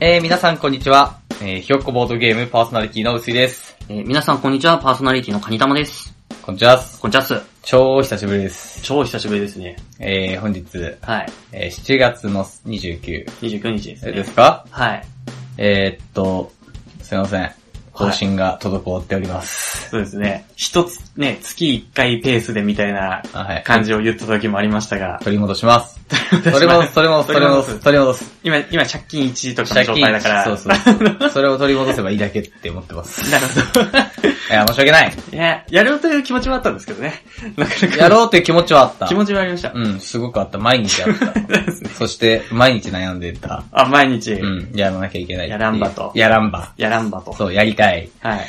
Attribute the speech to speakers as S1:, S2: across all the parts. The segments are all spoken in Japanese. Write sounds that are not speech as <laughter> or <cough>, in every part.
S1: えー、皆さんこんにちは。えー、ひよっこボードゲームパーソナリティのうすいです。
S2: えー皆さんこんにちは、パーソナリティのカニタマです。
S1: こんにちは。
S2: こんにちはっす。
S1: 超久しぶりです。
S3: 超久しぶりですね。
S1: えー、本日、
S2: はい。
S1: えー、7月の29
S3: 29日ですね。
S1: ですか
S2: はい。
S1: えー、っと、すいません。更新が滞っております。
S3: そうですね。一つ、ね、月一回ペースでみたいな
S1: あはい。
S3: 感じを言った時もありましたが、
S1: 取り戻します。取り戻す、取り戻す、取り戻す、取り戻す。
S3: 今、今借金1とかの状態だから、
S1: そうそう <laughs>
S3: <laughs>
S1: そう。それを取り戻せばいいだけって思ってます。
S3: なるほ
S1: いや、申し訳ない。
S3: ど。いや、やろうという気持ちはあったんですけどね。なかなか
S1: やろうっていう気持ちはあった。
S3: 気持ちはありました。
S1: うん、すごくあった。毎日あ <laughs> った。そして、毎日悩んでた。
S3: あ、毎日、
S1: うん、やらなきゃいけないっていう
S3: やらんばと
S1: やらんば。
S3: やらんばと。
S1: そう、やりたい。
S3: はい。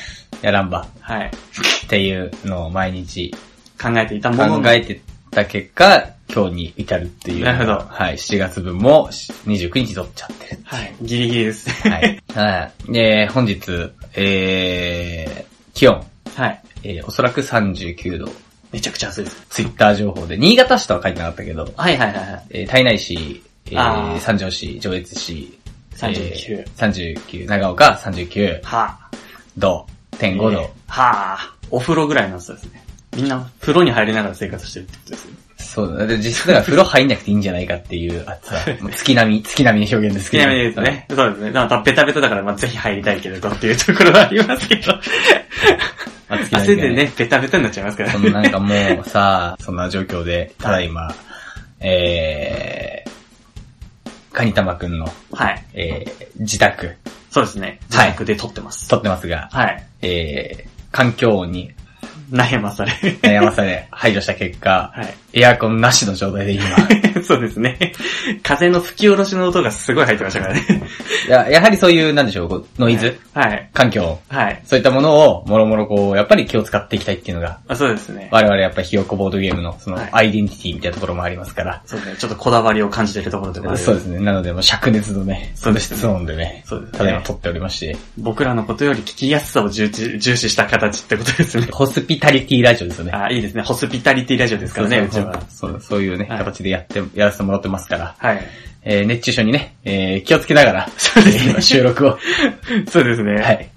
S1: やらんば。
S3: はい。
S1: っていうのを毎日
S3: 考えていたもの
S1: 考
S3: の
S1: えてた結果、今日に至るっていう。
S3: なるほど
S1: はい、7月分も29日取っちゃってる。
S3: はい。ギリギ
S2: <laughs>
S3: リです。
S1: はい。はい。で、本日、えー、気温、
S3: はい。
S1: えー、おそらく39度。
S3: めちゃくちゃ暑いです。
S1: ツイッター情報で、新潟市とは書いてなかったけど、
S2: はいはいはいはい。
S1: えー、胎内市、え
S3: あ
S1: ー、
S3: ー
S1: 三条市、上越市、
S3: 39
S1: えー、39、長岡39
S3: は
S1: 度、
S3: ぁ、
S1: 点5度。
S3: はぁ、お風呂ぐらいの暑さですね。みんな、風呂に入りながら生活してるってことですよね。
S1: そうだね。で、実質だから風呂入んなくていいんじゃないかっていう暑さ。もう月並み、月並みの表現ですけ
S3: 好き
S1: ど。
S3: なメニューですね。そうですね。まあ、ベタベタだから、まあ、ぜひ入りたいけれどっていうところはありますけ
S1: <laughs>
S3: ど。
S1: まあ。月並
S3: 汗
S1: みだ
S3: でね。、ベタベタになっちゃいますから
S1: そのなんかもうさ、そんな状況で、ただ今、えー、カニタマくんの、
S3: はい。
S1: えー、自宅、
S3: そうですね。自宅で撮ってます。
S1: 撮ってますが、
S3: はい。
S1: えー、環境音に
S3: 悩まされ。
S1: 悩まされ排除した結果、
S3: <laughs> はい。 <laughs>
S1: エアコンなしの状態で今。
S3: そうですね。風の吹き下ろしの音がすごい入ってましたからね。
S1: いや、やはりそういう、なんでしょう、こうノイズ、
S3: はい。
S1: 環境音
S3: はい。
S1: そういったものを、もろもろこう、やっぱり気を使っていきたいっていうのが、
S3: あそうですね。
S1: 我々やっぱりひよこボードゲームのその
S3: はい
S1: アイデンティティみたいなところもありますから。
S3: そうですね。ちょっとこだわりを感じてるところでもある。
S1: そうですね。なので、もう灼熱のね、
S3: そうですね
S1: 質問でね、
S3: そうですね
S1: ただいま撮っておりまして、
S3: 僕らのことより聞きやすさを重視重視した形ってことです
S1: <laughs>
S3: ね。
S1: ホスピタリティラジオですよね。
S3: あ、いいですね。ホスピタリティラジオですからね、うち
S1: そう
S3: は。
S1: そうそういうね、
S3: はい
S1: 形でやって、やらせてもらってますから、
S3: はい。
S1: えー、熱中症にね、えー、気をつけながら、
S3: そうですね
S1: えー収録を。
S3: <laughs> そうですね。
S1: は。い。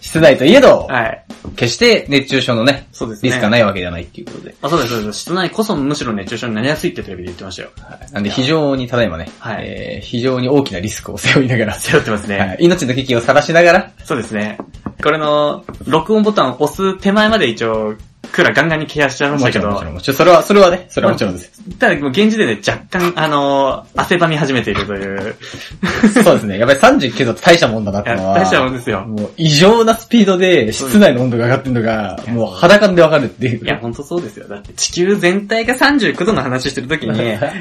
S1: 室内といえど、
S3: はい。
S1: 決して熱中症のね、
S3: そうですね。
S1: リスクがないわけじゃないっていうことで。
S3: あ、そうです、そうです。室内こそむしろ熱中症になりやすいってテレビで言ってましたよ。
S1: なんで非常にただいまね、
S3: はい
S1: えー非常に大きなリスクを背負いながら、
S3: 背負ってますね。
S1: はい命の危機を晒しながら、
S3: そうですね。これの、録音ボタンを押す手前まで一応、クーラーガンガンにケアしちゃいまし
S1: も
S3: た
S1: ち
S3: け
S1: ろん
S3: ど
S1: もち、ろんもちろん、それは、それはね、それはもちろんです。
S3: ただもう現時点で若干、あのー汗ばみ始めているという、
S1: <laughs> そうですね。やっぱり39度って大したもんだなっ
S3: い
S1: て
S3: や
S1: のは。
S3: 大したもんですよ。
S1: もう異常なスピードで室内の温度が上がってるのが、もう裸でわかるっていう。
S3: いや、ほんとそうですよ。だって地球全体が39度の話してるとき
S1: <laughs>
S3: に、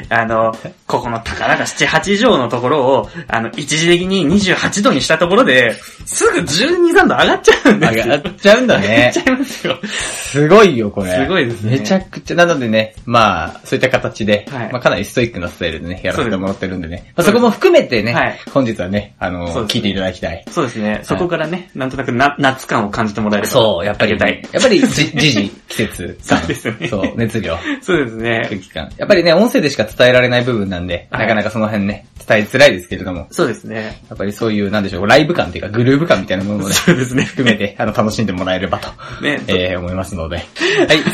S3: あの、ここの高々7、8畳のところを、あの、一時的に28度にしたところで、すぐ12、3度上がっちゃうんですよ。
S1: 上がっちゃうん
S3: <laughs>
S1: だね
S3: 上。がっちゃいますよ。
S1: すごいよ、これ。
S3: すごいですね
S1: めちゃくちゃ。なのでね、まあ、そういった形で、
S3: はい
S1: まあかなりストイックなスタイルでね、やらせてもらってるんでね。まあ、そ
S3: そうです
S1: こも含めてね、
S3: はい
S1: 本日はね、あの
S3: そうです
S1: 聞
S3: ね
S1: いていただきたい。
S3: そうですね。そこからね、なんとなくな夏感を感じてもらえれば。
S1: そう、やっぱり、
S3: あげたい。
S1: やっぱり、じ、じじ、季節感。
S3: <laughs> そうですね
S1: そう、熱量、
S3: そうです
S1: 空
S3: ね。
S1: 気感。やっぱりね、音声でしか伝えられない部分なんで、
S3: はい
S1: なかなかその辺ね、伝えづらいですけれども、
S3: そうですね。
S1: やっぱりそういう、なんでしょう、ライブ感というか、グルーヴ感みたいなもの
S3: <laughs>
S1: をね、
S3: そうですね。
S1: 含めて、あの、楽しんでもらえればと、
S3: ね
S1: えー思います
S3: <laughs>
S1: ので。はい。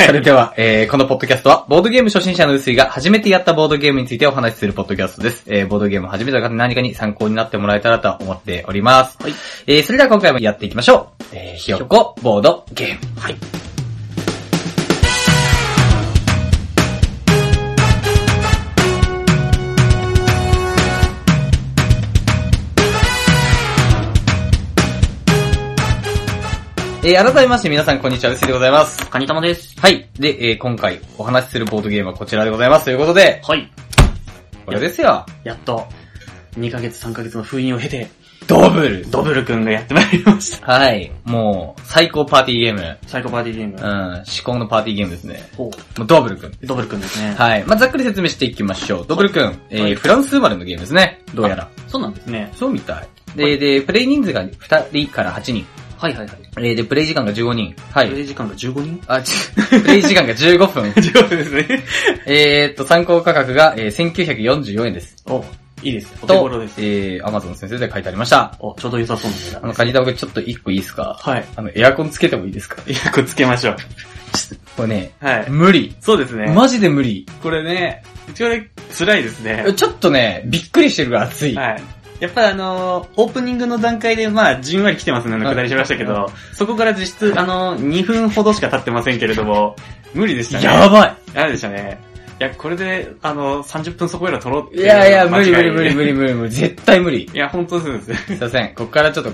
S1: それでは、えーこのポッドキャストは、ボードゲーム初心者の薄井が初めてやったボードゲームについてお話しするポッドキャストです。えーボードゲームを始めた方何かに参考になってもらえたらと思っております。
S3: はい。
S1: えーそれでは今回もやっていきましょう。えーひよっこ、ボードゲーム。
S3: はい。
S1: えー改めまして皆さんこんにちは、薄井でございます。
S2: カニタマです。
S1: はい。で、えー今回お話しするボードゲームはこちらでございます。ということで、
S2: はい。
S1: これですよ。
S2: やっと、
S3: 2ヶ月、3ヶ月の封印を経て、
S1: ドブル。
S3: ドブル君がやってまいりました。
S1: はい。もう、最高パーティーゲーム。
S3: サイコパーティーゲーム。
S1: うん、至高のパーティーゲームですね。
S3: ほ
S1: もうドブル君。
S3: うドブル君ですね。
S1: はい。まあ、ざっくり説明していきましょう。ドブル君、え
S2: は
S1: ー、
S2: い
S1: フランス生まれのゲームですね。どうやら。
S2: そうなんですね。
S3: ね。
S1: そうみたい。で、で、プレイ人数が2人から8人。
S2: はいはいはい。
S1: えー、で、プレイ時間が15人。は
S3: プレ
S1: い。
S3: イ時間が15人
S1: あ、ち、プレイ時間が15分。
S3: ?15 分ですね。
S1: えーっと、参考価格が、えー、1944円です。
S3: お、いいです。お手
S1: と
S3: 頃で、す。
S1: えー、Amazon の先生で書いてありました。
S3: お、ちょうど良さそうな値
S1: あ
S3: 段
S1: の、
S3: です。
S1: カニ玉ちょっと一個いいですか
S3: はい。
S1: あの、エアコンつけてもいいですか
S3: いや、くっつけましょう。
S1: これね、
S3: はい。
S1: 無理。
S3: そうですね。
S1: マジで無理。
S3: これね、これ辛いですね。
S1: ちょっとね、びっくりしてるから暑い。
S3: はい。やっぱあのーオープニングの段階で、まあ、じんわり来てますね、のくだりしましたけど、そこから実質、あのー2分ほどしか経ってませんけれども、無理でしたね。
S1: やば
S3: あれでしたね。いや、これで、あのー30分そこら取ろうって
S1: い。いうやいや、無理無
S3: 間違
S1: 理
S3: い
S1: 無理無理無理無理。絶対無理。
S3: いや、本当そうです。
S1: すいません。こっからちょっと、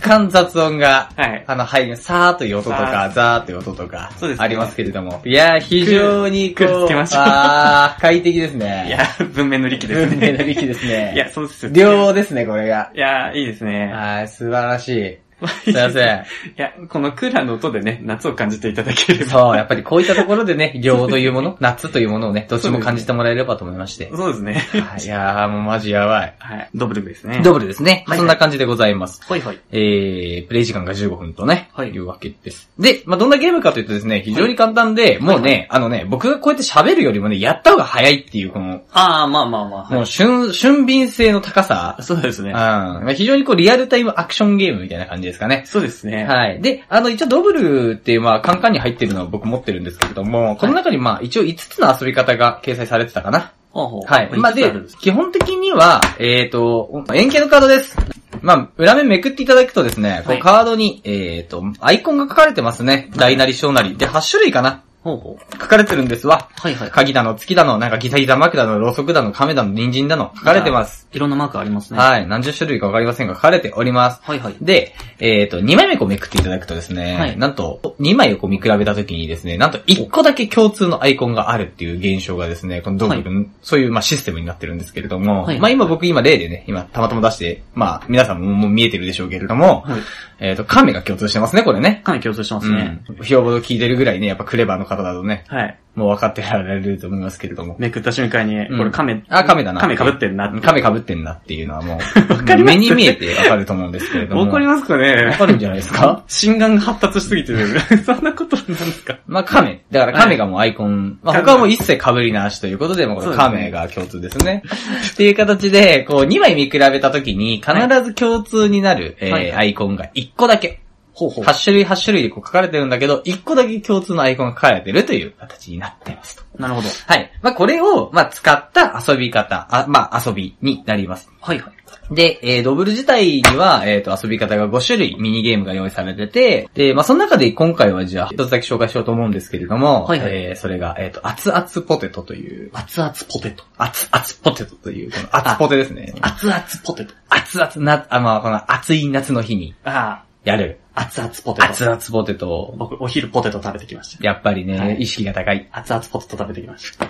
S1: 間雑音が、
S3: はい。
S1: あの、入る、さーっという音とか、ざーっという音とか
S3: そうで、すね
S1: ありますけれども。いやー、非常にこ
S3: くっ
S1: う
S3: つけまし、ょう
S1: あー、快適ですね。
S3: いや、文明の力ですね。
S1: 運命の力ですね。
S3: いや、そうですよ。
S1: 両ですね、これが。
S3: いや、いいですね。
S1: はい、素晴らしい。すいません。
S3: <laughs> いや、このクーラーの音でね、夏を感じていただけれ
S1: <laughs>
S3: ば。
S1: そう、やっぱりこういったところでね、量というもの、夏というものをね、どっちも感じてもらえればと思いまして。
S3: そうですね。
S1: はいいやー、もうマジやばい。
S3: はい。ドブルですね。
S1: ドブ
S3: ブ
S1: ルですね。
S2: はい
S1: そんな感じでございます。
S2: ほいほい。
S1: えー、プレイ時間が15分とね、
S2: はい
S1: い、うわけです。で、まあ、どんなゲームかというとですね、非常に簡単で、もうね、あのね、僕がこうやって喋るよりもね、やった方が早いっていう、この、
S2: ああ、まあまあまあ。はい
S1: もう瞬、俊敏性の高さ。
S3: そうです
S1: うん。
S3: ね。
S1: まあ非常にこう、リアルタイムアクションゲームみたいな感じですかね。
S3: そうですね。
S1: はい。で、あの、一応ドブルっていう、まあ、カンカンに入ってるのは僕持ってるんですけれども、この中にまあ、一応5つの遊び方が掲載されてたかな。
S2: ほうほう。
S1: はい。まあ、
S2: いくつ
S1: で
S2: あるんす、
S1: 基本的には、えっ、ー、と、円形のカードです。まあ、裏面めくっていただくとですね、こ
S2: は
S1: う
S2: い
S1: カードに、えっ、ー、と、アイコンが書かれてますね。大なり小なり。で、8種類かな。
S2: ほうほう。
S1: 書かれてるんですわ。
S2: はいはい。
S1: 鍵だの、月だの、なんかギザギザマークだの、ろうそくだの、亀だの、人参だの、書かれてます。
S2: いろんなマークありますね。
S1: はい。何十種類かわかりませんが、書かれております。
S2: はいはい。
S1: で、えっ、と、2枚目こうめくっていただくとですね、
S2: はい
S1: なんと、2枚をこう見比べたときにですね、なんと1個だけ共通のアイコンがあるっていう現象がですね、このドーのそういうまあシステムになってるんですけれども、
S2: はい
S1: まあ今僕今例でね、今たまたま出して、まあ皆さんももう見えてるでしょうけれども、
S2: はい。
S1: えっ、と、亀が共通してますね、これね。
S2: かなり共通してま
S1: う
S2: すね。
S1: ん。評判を聞いてるぐらいね、やっぱクレバーの方だとね、
S3: はい。
S1: もう分かってられると思いますけれども。
S3: めくった瞬間に、
S1: ん
S3: これ亀、
S1: あ、亀だな。
S3: 亀被ってんなって。
S1: 亀被ってんなっていうのはも
S3: <laughs> か
S1: う、
S3: りま
S1: 目
S3: す
S1: に見えて分かると思うんですけれど
S3: <laughs>
S1: も。
S3: わかりますか
S1: わ
S3: ね
S1: かるんじゃないですか
S3: 心眼が発達しすぎてる。 <laughs> そんなことなんですか
S1: まあ、亀。だから亀がもうアイコン。まあ、
S3: 亀
S1: 他はもう一切被りなしということで、もうこ
S3: そう
S1: れ
S3: ですね
S1: 亀が共通ですね。 <laughs> っていう形で、こう、2枚見比べたときに、必ず共通になる、えー
S2: はい
S1: アイコンが1個だけ。
S2: ほうほう。
S1: 8種類8種類でこう書かれてるんだけど、1個だけ共通のアイコンが書かれてるという形になってますと。
S2: なるほど。
S1: はい。まあ、これを、まあ、使った遊び方、あまあ、遊びになります。
S2: はいはい。
S1: で、えードブル自体には、えっ、と、遊び方が5種類ミニゲームが用意されてて、で、まあ、その中で今回はじゃあ、一つだけ紹介しようと思うんですけれども、
S2: はいはい
S1: えーそれが、えっ、と、熱々ポテトという、
S2: 熱々ポテト。
S1: 熱々ポテトという、この熱ポテですね。
S2: 熱々ポテト。
S1: 熱々な、あ、まあ、この暑い夏の日に
S3: あ
S1: やる、
S3: あ、熱々ポテ
S1: 熱
S3: ト。
S1: 々ポテトを、
S3: 僕、お昼ポテト食べてきました。
S1: やっぱりね、
S3: はい
S1: 意識が高い。
S3: 熱々ポテト食べてきました。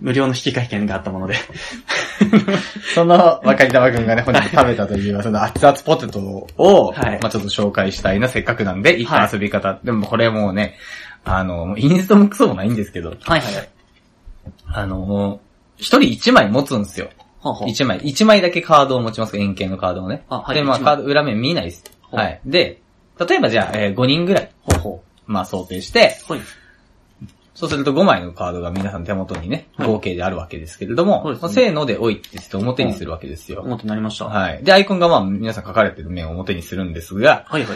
S3: 無料の引換券があったもので。
S1: その、若い玉くんがね、本日食べたという、その熱々ポテトを、
S3: はい
S1: まあちょっと紹介したいな、せっかくなんで、一
S3: は
S1: 回
S3: い
S1: 遊び方。でもこれもうね、あの、インストもクソもないんですけど、
S2: はいはいはい。
S1: あの、一人一枚持つんですよ。
S2: ほうほう。
S1: 一枚。一枚だけカードを持ちます。円形のカードをね。
S2: あはい
S1: で、まあ
S2: 一枚
S1: カード裏面見ないです。
S2: ほう
S1: はい。で、例えばじゃあ、え5人ぐらい、
S2: ほうほ
S1: まあ想定して、
S2: う。はい。
S1: そうすると5枚のカードが皆さん手元にね、
S2: はい
S1: 合計であるわけですけれども、
S2: そうですね
S1: まあせーのでおいって言って表にするわけですよ。
S2: 思ってなりました。は
S1: はい。で、アイコンがまあ皆さん書かれてる面を表にするんですが、
S2: いはい。
S1: こ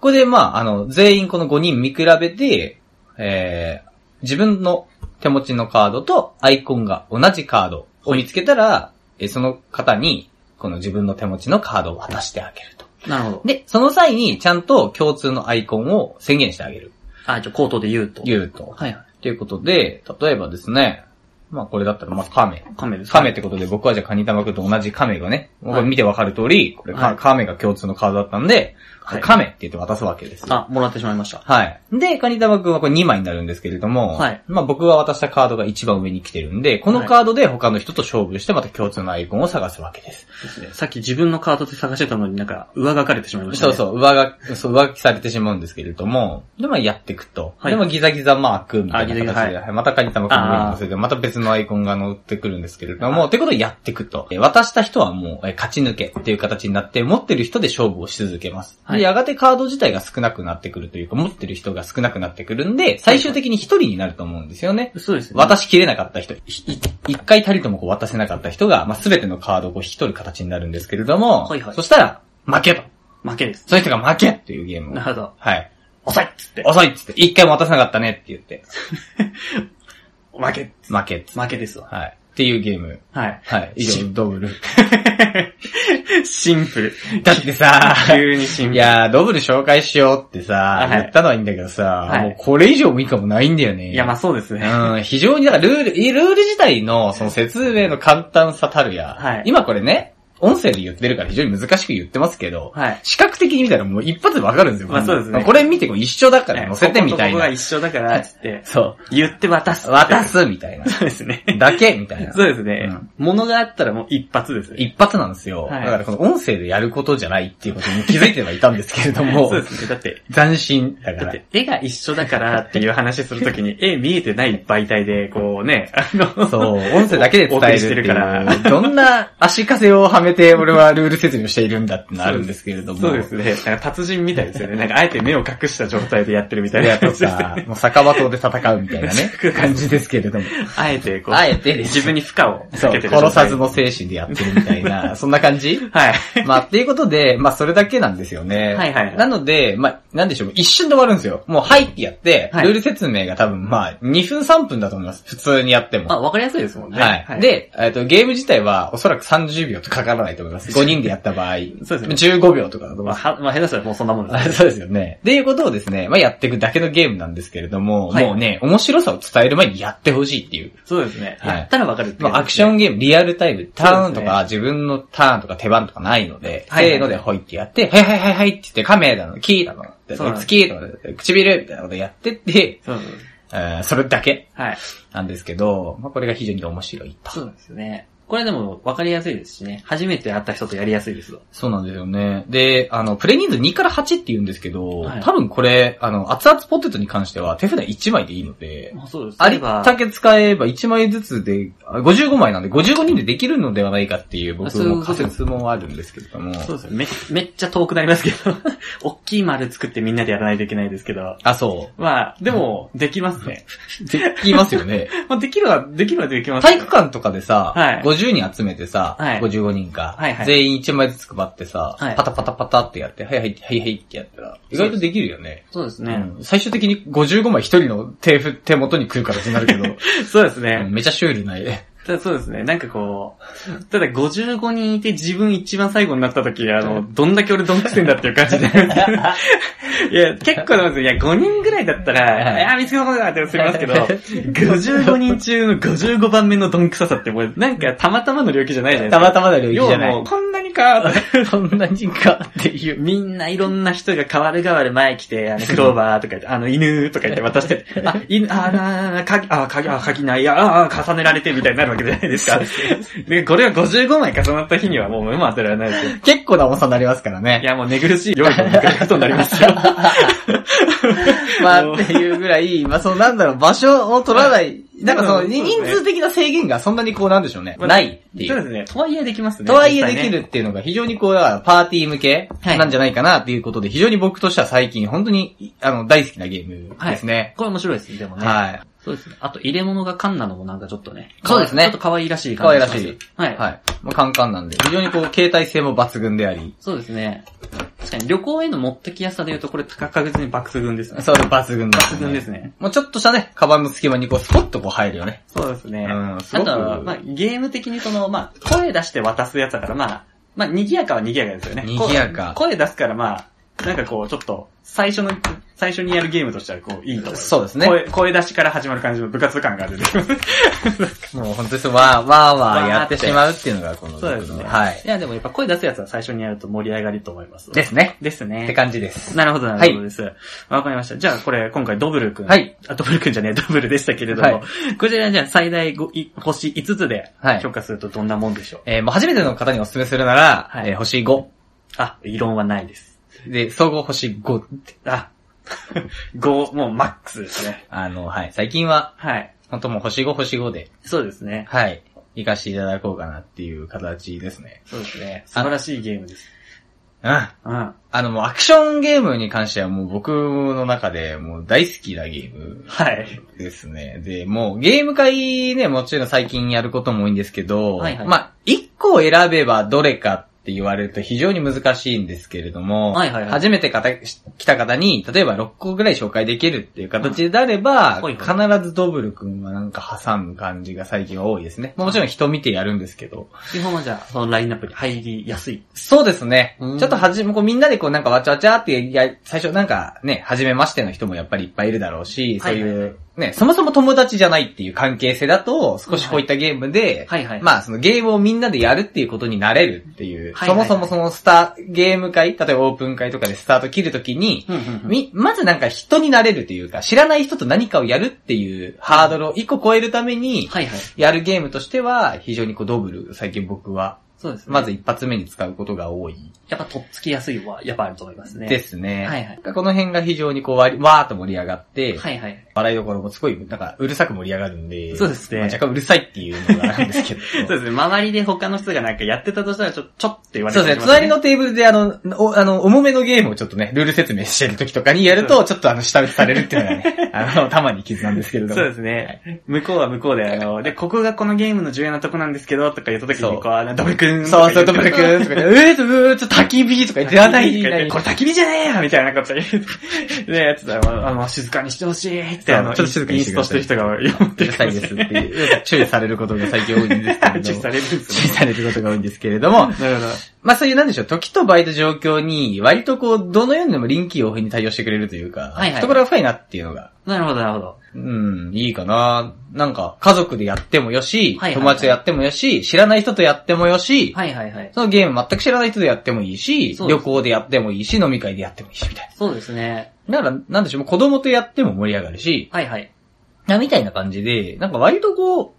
S1: こでまああの、全員この5人見比べて、えー、自分の手持ちのカードとアイコンが同じカードを見つけたら、えーその方に、この自分の手持ちのカードを渡してあげると。
S2: なるほど。
S1: で、その際にちゃんと共通のアイコンを宣言してあげる。
S2: あ、じゃあ口頭で言うと。
S1: 言うと。
S2: はいはい。
S1: ということで、例えばですね、まあこれだったらまあ亀。
S3: 亀です。
S1: 亀ってことで僕はじゃあカニ玉くんと同じ亀がね、僕が見てわかる通り、これ
S2: はい
S1: 亀が共通のカードだったんで、
S2: はい
S1: 亀って言って渡すわけですよ。
S2: あ、もらってしまいました。
S1: はい。で、カニ玉くんはこれ2枚になるんですけれども、
S2: はい
S1: まあ僕が渡したカードが一番上に来てるんで、このカードで他の人と勝負してまた共通のアイコンを探すわけです。
S3: ですねさっき自分のカードで探してたのになんか、上書かれてしまいました
S1: そ
S3: ね。
S1: うそう、上書き、そう上書きされてしまうんですけれども、で、まあやっていくと。
S3: はい
S1: で、まあギザギザマークみたいな形で、
S3: あギザギザ
S1: はいまたカニ玉くんの上に乗せて、また別のアイコンが乗ってくるんですけれども、ってことをやっていくと。え渡した人はもうえ勝ち抜けっていう形になって、持ってる人で勝負をし続けます。でやがてカード自体が少なくなってくるというか、持ってる人が少なくなってくるんで、最終的に一人になると思うんですよね。
S3: そうですね。
S1: 渡しきれなかった人、ひ一回たりともこう渡せなかった人が、まあ、全てのカードをこう引き取る形になるんですけれども、
S3: はいはい
S1: そしたら、負けと。
S3: 負けです。
S1: その人が負けっていうゲームを。
S3: なるほど。
S1: はい。
S3: 遅いっつって。
S1: 遅いっつって、一回も渡せなかったねって言って、
S3: 負け。
S1: 負けっつって。
S3: 負けですわ。
S1: はい。っていうゲーム。
S3: はい。
S1: はい。以上、 <laughs> ドブル。
S3: シンプル。
S1: だってさ、
S3: <laughs> 急にシンプ
S1: <laughs>
S3: ル。
S1: いやー、ドブル紹介しようってさ
S3: は、い
S1: 言ったのはいいんだけどさ、
S3: はい
S1: もうこれ以上も以下もないんだよね。
S3: いや、まあそうですね。
S1: うん、非常に、だからルール、ルール自体の、その説明の簡単さたるや、
S3: はい
S1: 今これね、音声で言ってるから非常に難しく言ってますけど、
S3: <laughs> はい。
S1: 視覚的に見たらもう一発でわかるんですよ。
S3: まあそうですね
S1: これ見てこう一緒だから乗せてみたい
S3: こことここが
S1: な。
S3: 一緒だから、つって、
S1: そ
S3: 言って渡す。
S1: う。渡。すみたいな。
S3: そうですね。
S1: だけみたいな。
S3: そうですね。物があったらもう一発です。
S1: 一発なんですよ。
S3: はい
S1: だからこの音声でやることじゃないっていうことに気づいてはいたんですけれども
S3: <laughs> そ、うですね。だって、
S1: 斬新だか
S3: だっ
S1: ら。
S3: て絵が一緒だからっていう話するときに、 <laughs> 絵見えてない媒体で、こうね、あ <laughs> の、
S1: そう、音声だけで伝えるって
S3: お送りして
S1: いう
S3: るから
S1: どんな足かせをはめて俺はルール説明をしているんだってなるんですけれども。
S3: そうですね。なんか達人みたいですよね。なんかあえて目を隠した状態でやってるみた
S1: い
S3: いな
S1: や、
S3: 感
S1: と
S3: じです
S1: か
S3: ね。、
S1: もう酒場島で戦うみたいなね
S3: そう、
S1: 感じですけれども。
S3: あえてこう、
S1: あえてです
S3: 自分に負荷を
S1: そう、
S3: かけてる状態
S1: 殺さずの精神でやってるみたいな、そんな感じ
S3: はい。
S1: まあ、っていうことで、まあ、それだけなんですよね。
S3: はいはいはい
S1: なので、まあ、なんでしょう、一瞬で終わるんですよ。もう、はいってやって、
S3: はい
S1: ルール説明が多分、まあ、2分3分だと思います。普通にやっても。
S3: <laughs> まあ、わかりやすいですもんね。
S1: はい。で、えっ、と、ゲーム自体はおそらく30秒とかからないと思います。5人でやった場合。
S3: そうですね
S1: 15秒とかだと思い
S3: まあ、
S1: ます。 <laughs>
S3: はまあ、下手したらもうそんなもんで
S1: あ
S3: す。
S1: そうですよね。っていうことをですね、まあ、やっていくだけのゲームなんですけれども、
S3: はい
S1: もうね、面白さを伝える前にやってほしいっていう。
S3: そうですね。
S1: はい
S3: やったらわかるっていう
S1: まあ、アクションゲーム、リアルタイム、ターンとか、自分のターンとか手番とかないので、
S3: はい
S1: せーのでほいってやって、はいはいはいはいって言って、カメだの、キーだの、
S3: そうな
S1: で
S3: んで
S1: つ
S3: す
S1: きだの、唇みたいなことやってって、
S3: そうそうそう
S1: えーそれだけ
S3: はい。
S1: なんですけど、まあ、これが非常に面白いと。
S3: そうなんですよね。これでもわかりやすいですしね。初めて会った人とやりやすいですわ。
S1: そうなんですよね。で、あの、プレイ人数2から8って言うんですけど、
S3: はい
S1: 多分これ、あの、熱々ポテトに関しては手札1枚でいいので、
S3: まあ、そうです。
S1: ありったけ使えば1枚ずつで、あ55枚なんで55人でできるのではないかっていう
S3: あ
S1: 僕
S3: そういう
S1: も
S3: こと
S1: 仮説もあるんですけれども。
S3: そうですね。め、めっちゃ遠くなりますけど。 <laughs> 大きい丸作ってみんなでやらないといけないですけど。
S1: あ、そ
S3: まあ、でも、できますね。
S1: う。 <laughs> できますよ
S3: <laughs>
S1: ね。
S3: まあ、できるは、できるはできます、
S1: 体育館とかでさ、
S3: はい
S1: 50人集めてさ、
S3: はい
S1: 55人か、
S3: はいはい
S1: 全員1枚ずつ配ってさ、
S3: はい
S1: パタパタパタってやって、はいはい、はいはいってやったら、意外とできるよね。
S3: そうです
S1: う
S3: ね。
S1: ん最終的に55枚一人の手ふ手元に来る形になるけ
S3: <laughs>
S1: ど、
S3: そうです
S1: うん
S3: ね。
S1: めちゃシュールな絵。
S3: ただそうですね。なんかこう、ただ55人いて自分一番最後になった時、あの、どんだけ俺ドンくせんだっていう感
S1: <laughs>
S3: じで。いや、結構なんですよ。いや、5人ぐらいだった
S1: は
S3: ら、
S1: い
S3: いや、見つけたことだってすりますけど、55
S1: <laughs>
S3: 人中の55番目のドンくささってもう、なんかたまたまの領域じゃないじゃないです
S1: た
S3: か。
S1: またまの領域
S3: 要
S1: じゃ
S3: は
S1: な
S3: もう、
S1: い。
S3: こんなにか、
S1: <laughs> そんな人かっていう。
S3: みんないろんな人が変わる変わる前来て、
S1: <laughs>
S3: あの、クローバーとか言って、あの、犬とか言って渡して、あ、犬、あー、あ鍵、あ、鍵、あ、鍵ない、あ、あ、重ねられてみたいになるわけじゃないですか。で、これが55枚重なった日にはもう目も当てられないですよ。
S1: 結構な重さになりますから
S3: い
S1: ね。
S3: や、もう寝苦しい夜を迎えることにな
S1: <laughs>
S3: りますよ。
S1: ま
S3: も
S1: あ
S3: う
S1: っていうぐらい、まあそのなんだろう、場所を取らない、なんかその
S3: うんそうです
S1: 人
S3: ね
S1: 数的な制限がそんなにこうなんでしょうね。
S3: まあ
S1: ないってい
S3: そう
S1: う。
S3: ですね。とはいえできますね。
S1: とはいえ
S3: 実際
S1: で
S3: ね
S1: きる。っていうのが非常にこう、だからパーティー向け
S3: はい
S1: なんじゃないかなっていうことで、非常に僕としては最近本当に、あの、大好きなゲームですね。
S3: これ面白いですね、でもね。
S1: は
S3: そうですね。あと、入れ物が缶なのもなんかちょっとね。
S1: そうですね。
S3: ちょっと可愛らしい感じがします。はいい。
S1: はい。まあ、カンカンなんで、非常にこう、携帯性も抜群であり、
S3: そうですね。確かに旅行への持ってきやすさで言うと、これ確実に爆群ですね。
S1: それ抜群です、
S3: 抜群ですね。
S1: もうちょっとしたね、カバンの隙間にこう、スポッとこう入るよね。
S3: そうですね。
S1: うん
S3: あ
S1: すごく
S3: とは、まあ、ゲーム的にその、まあ、声出して渡すやつだから、まあ、まあ、賑やかは賑やかですよね。
S1: 賑やか
S3: こう声出すから、まあ、なんかこう、ちょっと、最初の、最初にやるゲームとしては、こう、いいと思います。
S1: そうですね
S3: 声、声出しから始まる感じの部活感が出てき <laughs> ます。
S1: もう本当にそう、わー、わーわーやってしまうっていうのがこの、
S3: そうですね。
S1: はい。
S3: いや、でもやっぱ声出すやつは最初にやると盛り上がりと思います。
S1: ですね。
S3: ですね。
S1: って感じです。
S3: なるほど、なるほどです。わ、かりました。じゃあ、これ、今回、ドブル君。
S1: はい。
S3: あ、ドブル君じゃねえ、ドブルでしたけれども。
S1: は
S3: こちら、じゃあ、最大ごい星5つで
S1: はい、
S3: 評価するとどんなもんでしょう、
S1: えー、もう初めての方にお勧めするなら、
S3: はい
S1: えー星5。
S3: あ、異論はないです。
S1: で、総合星5って、
S3: あ、5、もうマックスですね。
S1: あの、はい。最近は、
S3: はい。
S1: 本当もう星5星5で、
S3: そうですね。
S1: はい。行かせていただこうかなっていう形ですね。
S3: そうですね。素晴らしいゲームです。
S1: うん。
S3: うん。
S1: あのもうアクションゲームに関してはもう僕の中でもう大好きなゲーム
S3: はい。
S1: ですね。で、もうゲーム会ね、もちろん最近やることも多いんですけど、
S2: はいはい
S1: まあ、一個選べばどれかって言われると非常に難しいんですけれども、
S2: はいはいはい
S1: 初めて方来た方に、例えば6個ぐらい紹介できるっていう形であれば、
S2: はい
S1: 必ずドブル君はなんか挟む感じが最近は多いですね。まあもちろん人見てやるんですけど。
S2: 基本はじゃあ、そのラインナップに入りやすい。
S1: そうですね。
S2: うん
S1: ちょっとはじめ、こうみんなでこうなんかわちゃわちゃってや、最初なんかね、初めましての人もやっぱりいっぱいいるだろうし、そういう、
S2: はいは
S1: ね、そもそも友達じゃないっていう関係性だと、少しこういったゲームで、
S2: はいはい。
S1: まあそのゲームをみんなでやるっていうことになれるっていう、
S2: はいはいはい
S1: そもそもそのスター、ゲーム会、例えばオープン会とかでスタート切るときに、
S2: うんうんうん
S1: み、まずなんか人になれるというか、知らない人と何かをやるっていうハードルを一個超えるために、
S2: はいはい。
S1: やるゲームとしては、非常にこうドブル、最近僕は
S2: そうですね。
S1: まず一発目に使うことが多い
S2: やっぱとっつきやすいは、やっぱあると思いますね。
S1: で。すね。
S2: はいはい
S1: この辺が非常にこうわり、わーっと盛り上がって、
S2: はいはい。
S1: 笑いどころもすごい、なんか、うるさく盛り上がるんで、
S2: そうですね
S1: まあ若干うるさいっていうのがあるんですけど。
S3: <laughs>
S2: <laughs>
S3: そうですね。周りで他の人がなんかやってたとしたら、ちょ、ちょっと言われ
S1: そ
S3: て
S1: うですね。
S3: しまます
S1: 隣のテーブルであの、おあの、重めのゲームをちょっとね、ルール説明してる時とかにやると、ちょっとあの、下打ちされるっていうの
S2: <laughs>
S1: がね、あの、たまに傷なんですけれども。
S3: そうですね。向こうは向こうで、あの、で、ここがこのゲームの重要なとこなんですけど、とか言った時に、
S1: そう
S3: こう、あの、ドブくん
S1: そうそう、ドブル君とかで、えーと、うーと、焚き火とか言って、やない、
S3: これ
S1: 何
S3: 焚き火じゃねえよみたいなこと言う。 <laughs> で、やつだ、あのあの、静かにしてほしいって、あの、
S1: そうちょっと静かにして
S3: イ
S1: く
S3: ン
S1: だ
S3: ス
S1: さい
S3: トしてる人が読ん
S1: う
S3: で
S1: るさいですっていう、注意されることが最近多いんですけれども。
S3: 注意されるんです
S1: 注意
S3: よ。
S1: されることが多いんですけれども、
S3: なるほど。
S1: まあそういうなんでしょう、時と場合と状況に、割とこう、どのようにでも臨機応変に対応してくれるというか、
S2: はいはい
S1: 懐が深いなっていうのが、
S2: なるほど、なるほど。
S1: うん、いいかな。なんか、家族でやってもよし、
S2: はいはいはい
S1: 友達とやってもよし、知らない人とやってもよし、
S2: はいはいはい。
S1: そのゲーム全く知らない人でやってもいいし、
S2: そうです
S1: 旅行でやってもいいし、飲み会でやってもいいし、みたい
S2: そうですね。
S1: な。だから、なんでしょう、子供とやっても盛り上がるし、
S2: はいはい。
S1: な、みたいな感じで、なんか割とこ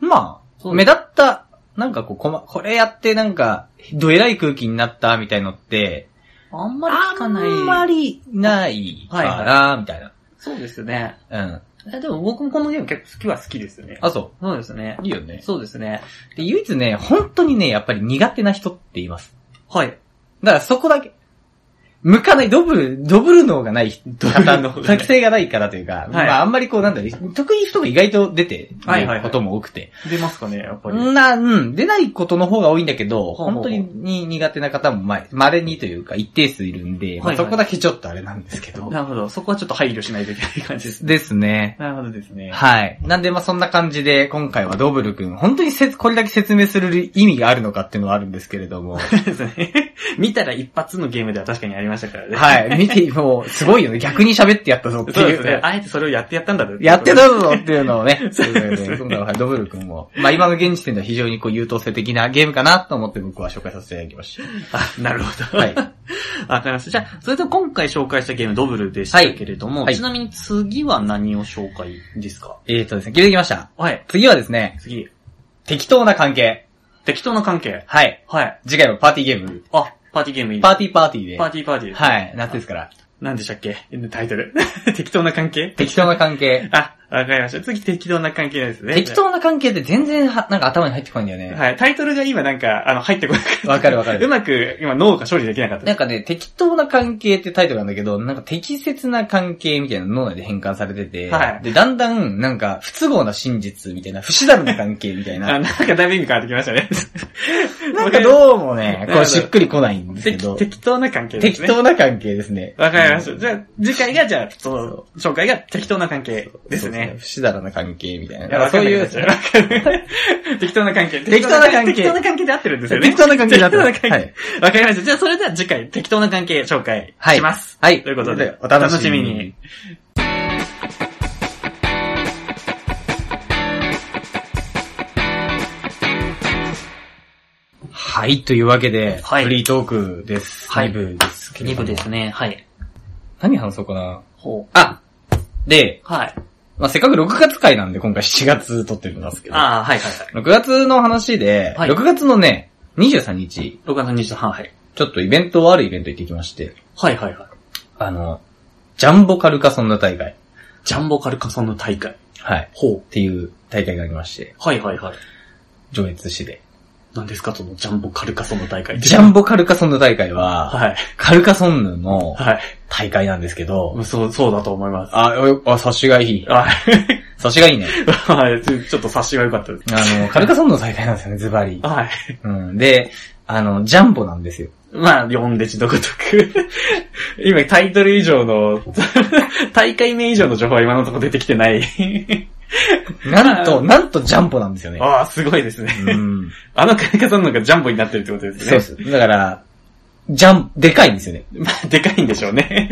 S1: う、まあ、
S2: そう
S1: 目立った、なんかこう、こま、これやってなんか、どえらい空気になった、みたいのって、
S2: あんまり聞かない。
S1: あんまりないかな、みたいな。
S2: そうですね。
S1: うん。
S2: えでも僕もこのゲーム結構好きは好きですね。
S1: あ、そ
S2: そうですね。
S1: う。いいよね。
S2: そうですね。
S1: で、唯一ね、本当にね、やっぱり苦手な人っています。
S2: はい。
S1: だからそこだけ。向かない、ドブル、ドブル能がない
S3: ブ
S1: 方
S3: ル脳
S1: の、
S3: がない
S1: 作成がないからというか、まああんまりこうなんだろう、得意不得意意外と出て
S3: はいはいはい
S1: ることも多くて。
S3: 出ますかね、やっぱり。
S1: な、うん、出ないことの方が多いんだけ
S2: ほうほ
S1: ど、
S2: うほう
S1: 本当に苦手な方もまあ稀にというか一定数いるんで、まあ
S2: はいはい
S1: そこだけちょっとあれなんですけど。
S3: なるほど。そこはちょっと配慮しないといけない感じです。
S1: ですね。
S3: なるほどですね。
S1: はい。なんで、まあそんな感じで、今回はドブル君、本当にせつこれだけ説明する意味があるのかっていうのはあるんですけれど
S3: <laughs>
S1: も、
S3: そうですね。 <laughs> 見たら一発のゲームでは確かにありましたからね。
S1: はい。見て、もう、すごいよね。逆に喋ってやったぞって
S3: そう
S1: い
S3: で
S1: う。
S3: すね。あえてそれをやってやったんだと
S1: やって
S3: い
S1: た
S3: う
S1: ぞっていうのをね、
S3: <laughs> そうですね
S1: ということで今回はドブル君も、まあ今の現時点では非常にこう優等生的なゲームかなと思って僕は紹介させていただきまし
S3: ことで。あ、なるほ
S1: た。
S3: ど。
S1: はい。
S3: わかりました。じ <laughs> ゃあ、それと今回紹介したゲームドブルでしたけれども、
S1: はいはい
S3: ちなみに次は何を紹介ですか
S1: えーとですね、気づきました。
S3: はい。
S1: 次はですね、
S3: 次。
S1: 適当な関係。
S3: 適当な関係。
S1: はい。
S3: はい。
S1: 次回はパーティーゲーム。
S3: あ、パーティーゲームいい
S1: パ
S3: パ
S1: ーティーパーティーで。
S3: ーティーパーティー。い。
S1: はい。夏ですから。
S3: 何でしたっけタイトル。 <laughs> 適当な関係
S1: 適当な関係。
S3: あ、わかりました。次適当な関係ですね。
S1: 適当な関係って全然は、なんか頭に入ってこないんだよね。
S3: はい。タイトルが今なんか、あの、入ってこなかった。
S1: わかるわかる
S3: <laughs> うまく今脳が処理できなかった
S1: な
S3: で
S1: んかね、適当な関係ってタイトルなんだけど、なんか適切な関係みたいなの脳内で変換されてて、
S3: はい
S1: で、だんだん、なんか、不都合な真実みたいな、不死だるな関係みたい
S3: <laughs> す。
S1: な、
S3: あ、なんかだいぶ意味変わってきましたね。
S1: <laughs> なんかどうもね、
S3: なる
S1: こ
S3: ほ
S1: う
S3: ど
S1: しっくりこないんですけ
S3: 適
S1: ど、
S3: 適当な関係です
S1: 適
S3: ね。
S1: 当な関係ですね。
S3: わかりました。じゃあ、次回が、じゃあ、そう、紹介が適当な関係です
S1: そう
S3: ね。
S1: 不死だらな関係みたいな。
S3: いやわか
S1: そうん
S3: なく
S1: い
S3: な
S1: う
S3: っ、ち <laughs> ゃわかんない適当な関係。
S1: 適当な関係
S3: 適当な関係で合ってるんですよね。
S1: 適当な関係だった。
S3: 適当な関
S1: はい。
S3: 係わかりました。じゃあ、それでは次回、適当な関係紹介
S1: はい
S3: します。
S1: はい
S3: ということで、
S1: お楽しみに
S3: に。
S1: はい、というわけで、
S2: はい
S1: フリートークです。
S2: はい
S1: 2部ですけれ
S2: 二
S1: ど
S2: 部
S1: も
S2: ですね。はい。
S1: 何話そうかな
S2: ほ
S1: あで、
S2: う。はい。
S1: まあ、せっかく6月回なんで今回7月撮ってるんですけど、
S2: ああ、はいはいはい。
S1: 6月の話で、
S2: はい
S1: 6月のね、23日、
S2: 6月23日、はい。
S1: ちょっとイベント、あるイベント行ってきまして、
S2: はいはいはい。
S1: あの、ジャンボカルカソンヌ大会。
S2: ジャンボカルカソンの大会。
S1: はい。
S2: ほう。
S1: っていう大会がありまして、
S2: はいはいはい。
S1: 上越市で。
S3: 何ですかそのジャンボカルカソンの大会って。
S1: ジャンボカルカソンヌ大会は、
S3: はい。
S1: カルカソンヌの
S3: はい。
S1: 大会なんですけど、
S3: そう、そうだと思います。
S1: あ、よあ、察しがいい。
S3: はい。
S1: 察しがいいね。
S3: <laughs> はい。ちょちょっと察しが良かったです。
S1: あ
S3: <laughs>
S1: の、カルカソンヌの大会なんですよね、ズバリ。
S3: はい。 <laughs>
S1: うん。で、あの、ジャンボなんですよ。
S3: まあ、読んで字のごとく。 <laughs> 今、タイトル以上の、 <laughs> 大会名以上の情報は今のところ出てきて
S1: <laughs>
S3: ない。
S1: なんと、
S3: あ
S1: なんとジャンボなんですよね。
S3: ああ、すごいですね。
S1: うん。
S3: あのカルカソンのがジャンボになってるってことですね。
S1: そうです。だから、ジャン、でかいんですよね。
S3: まあ、でかいんでしょうね。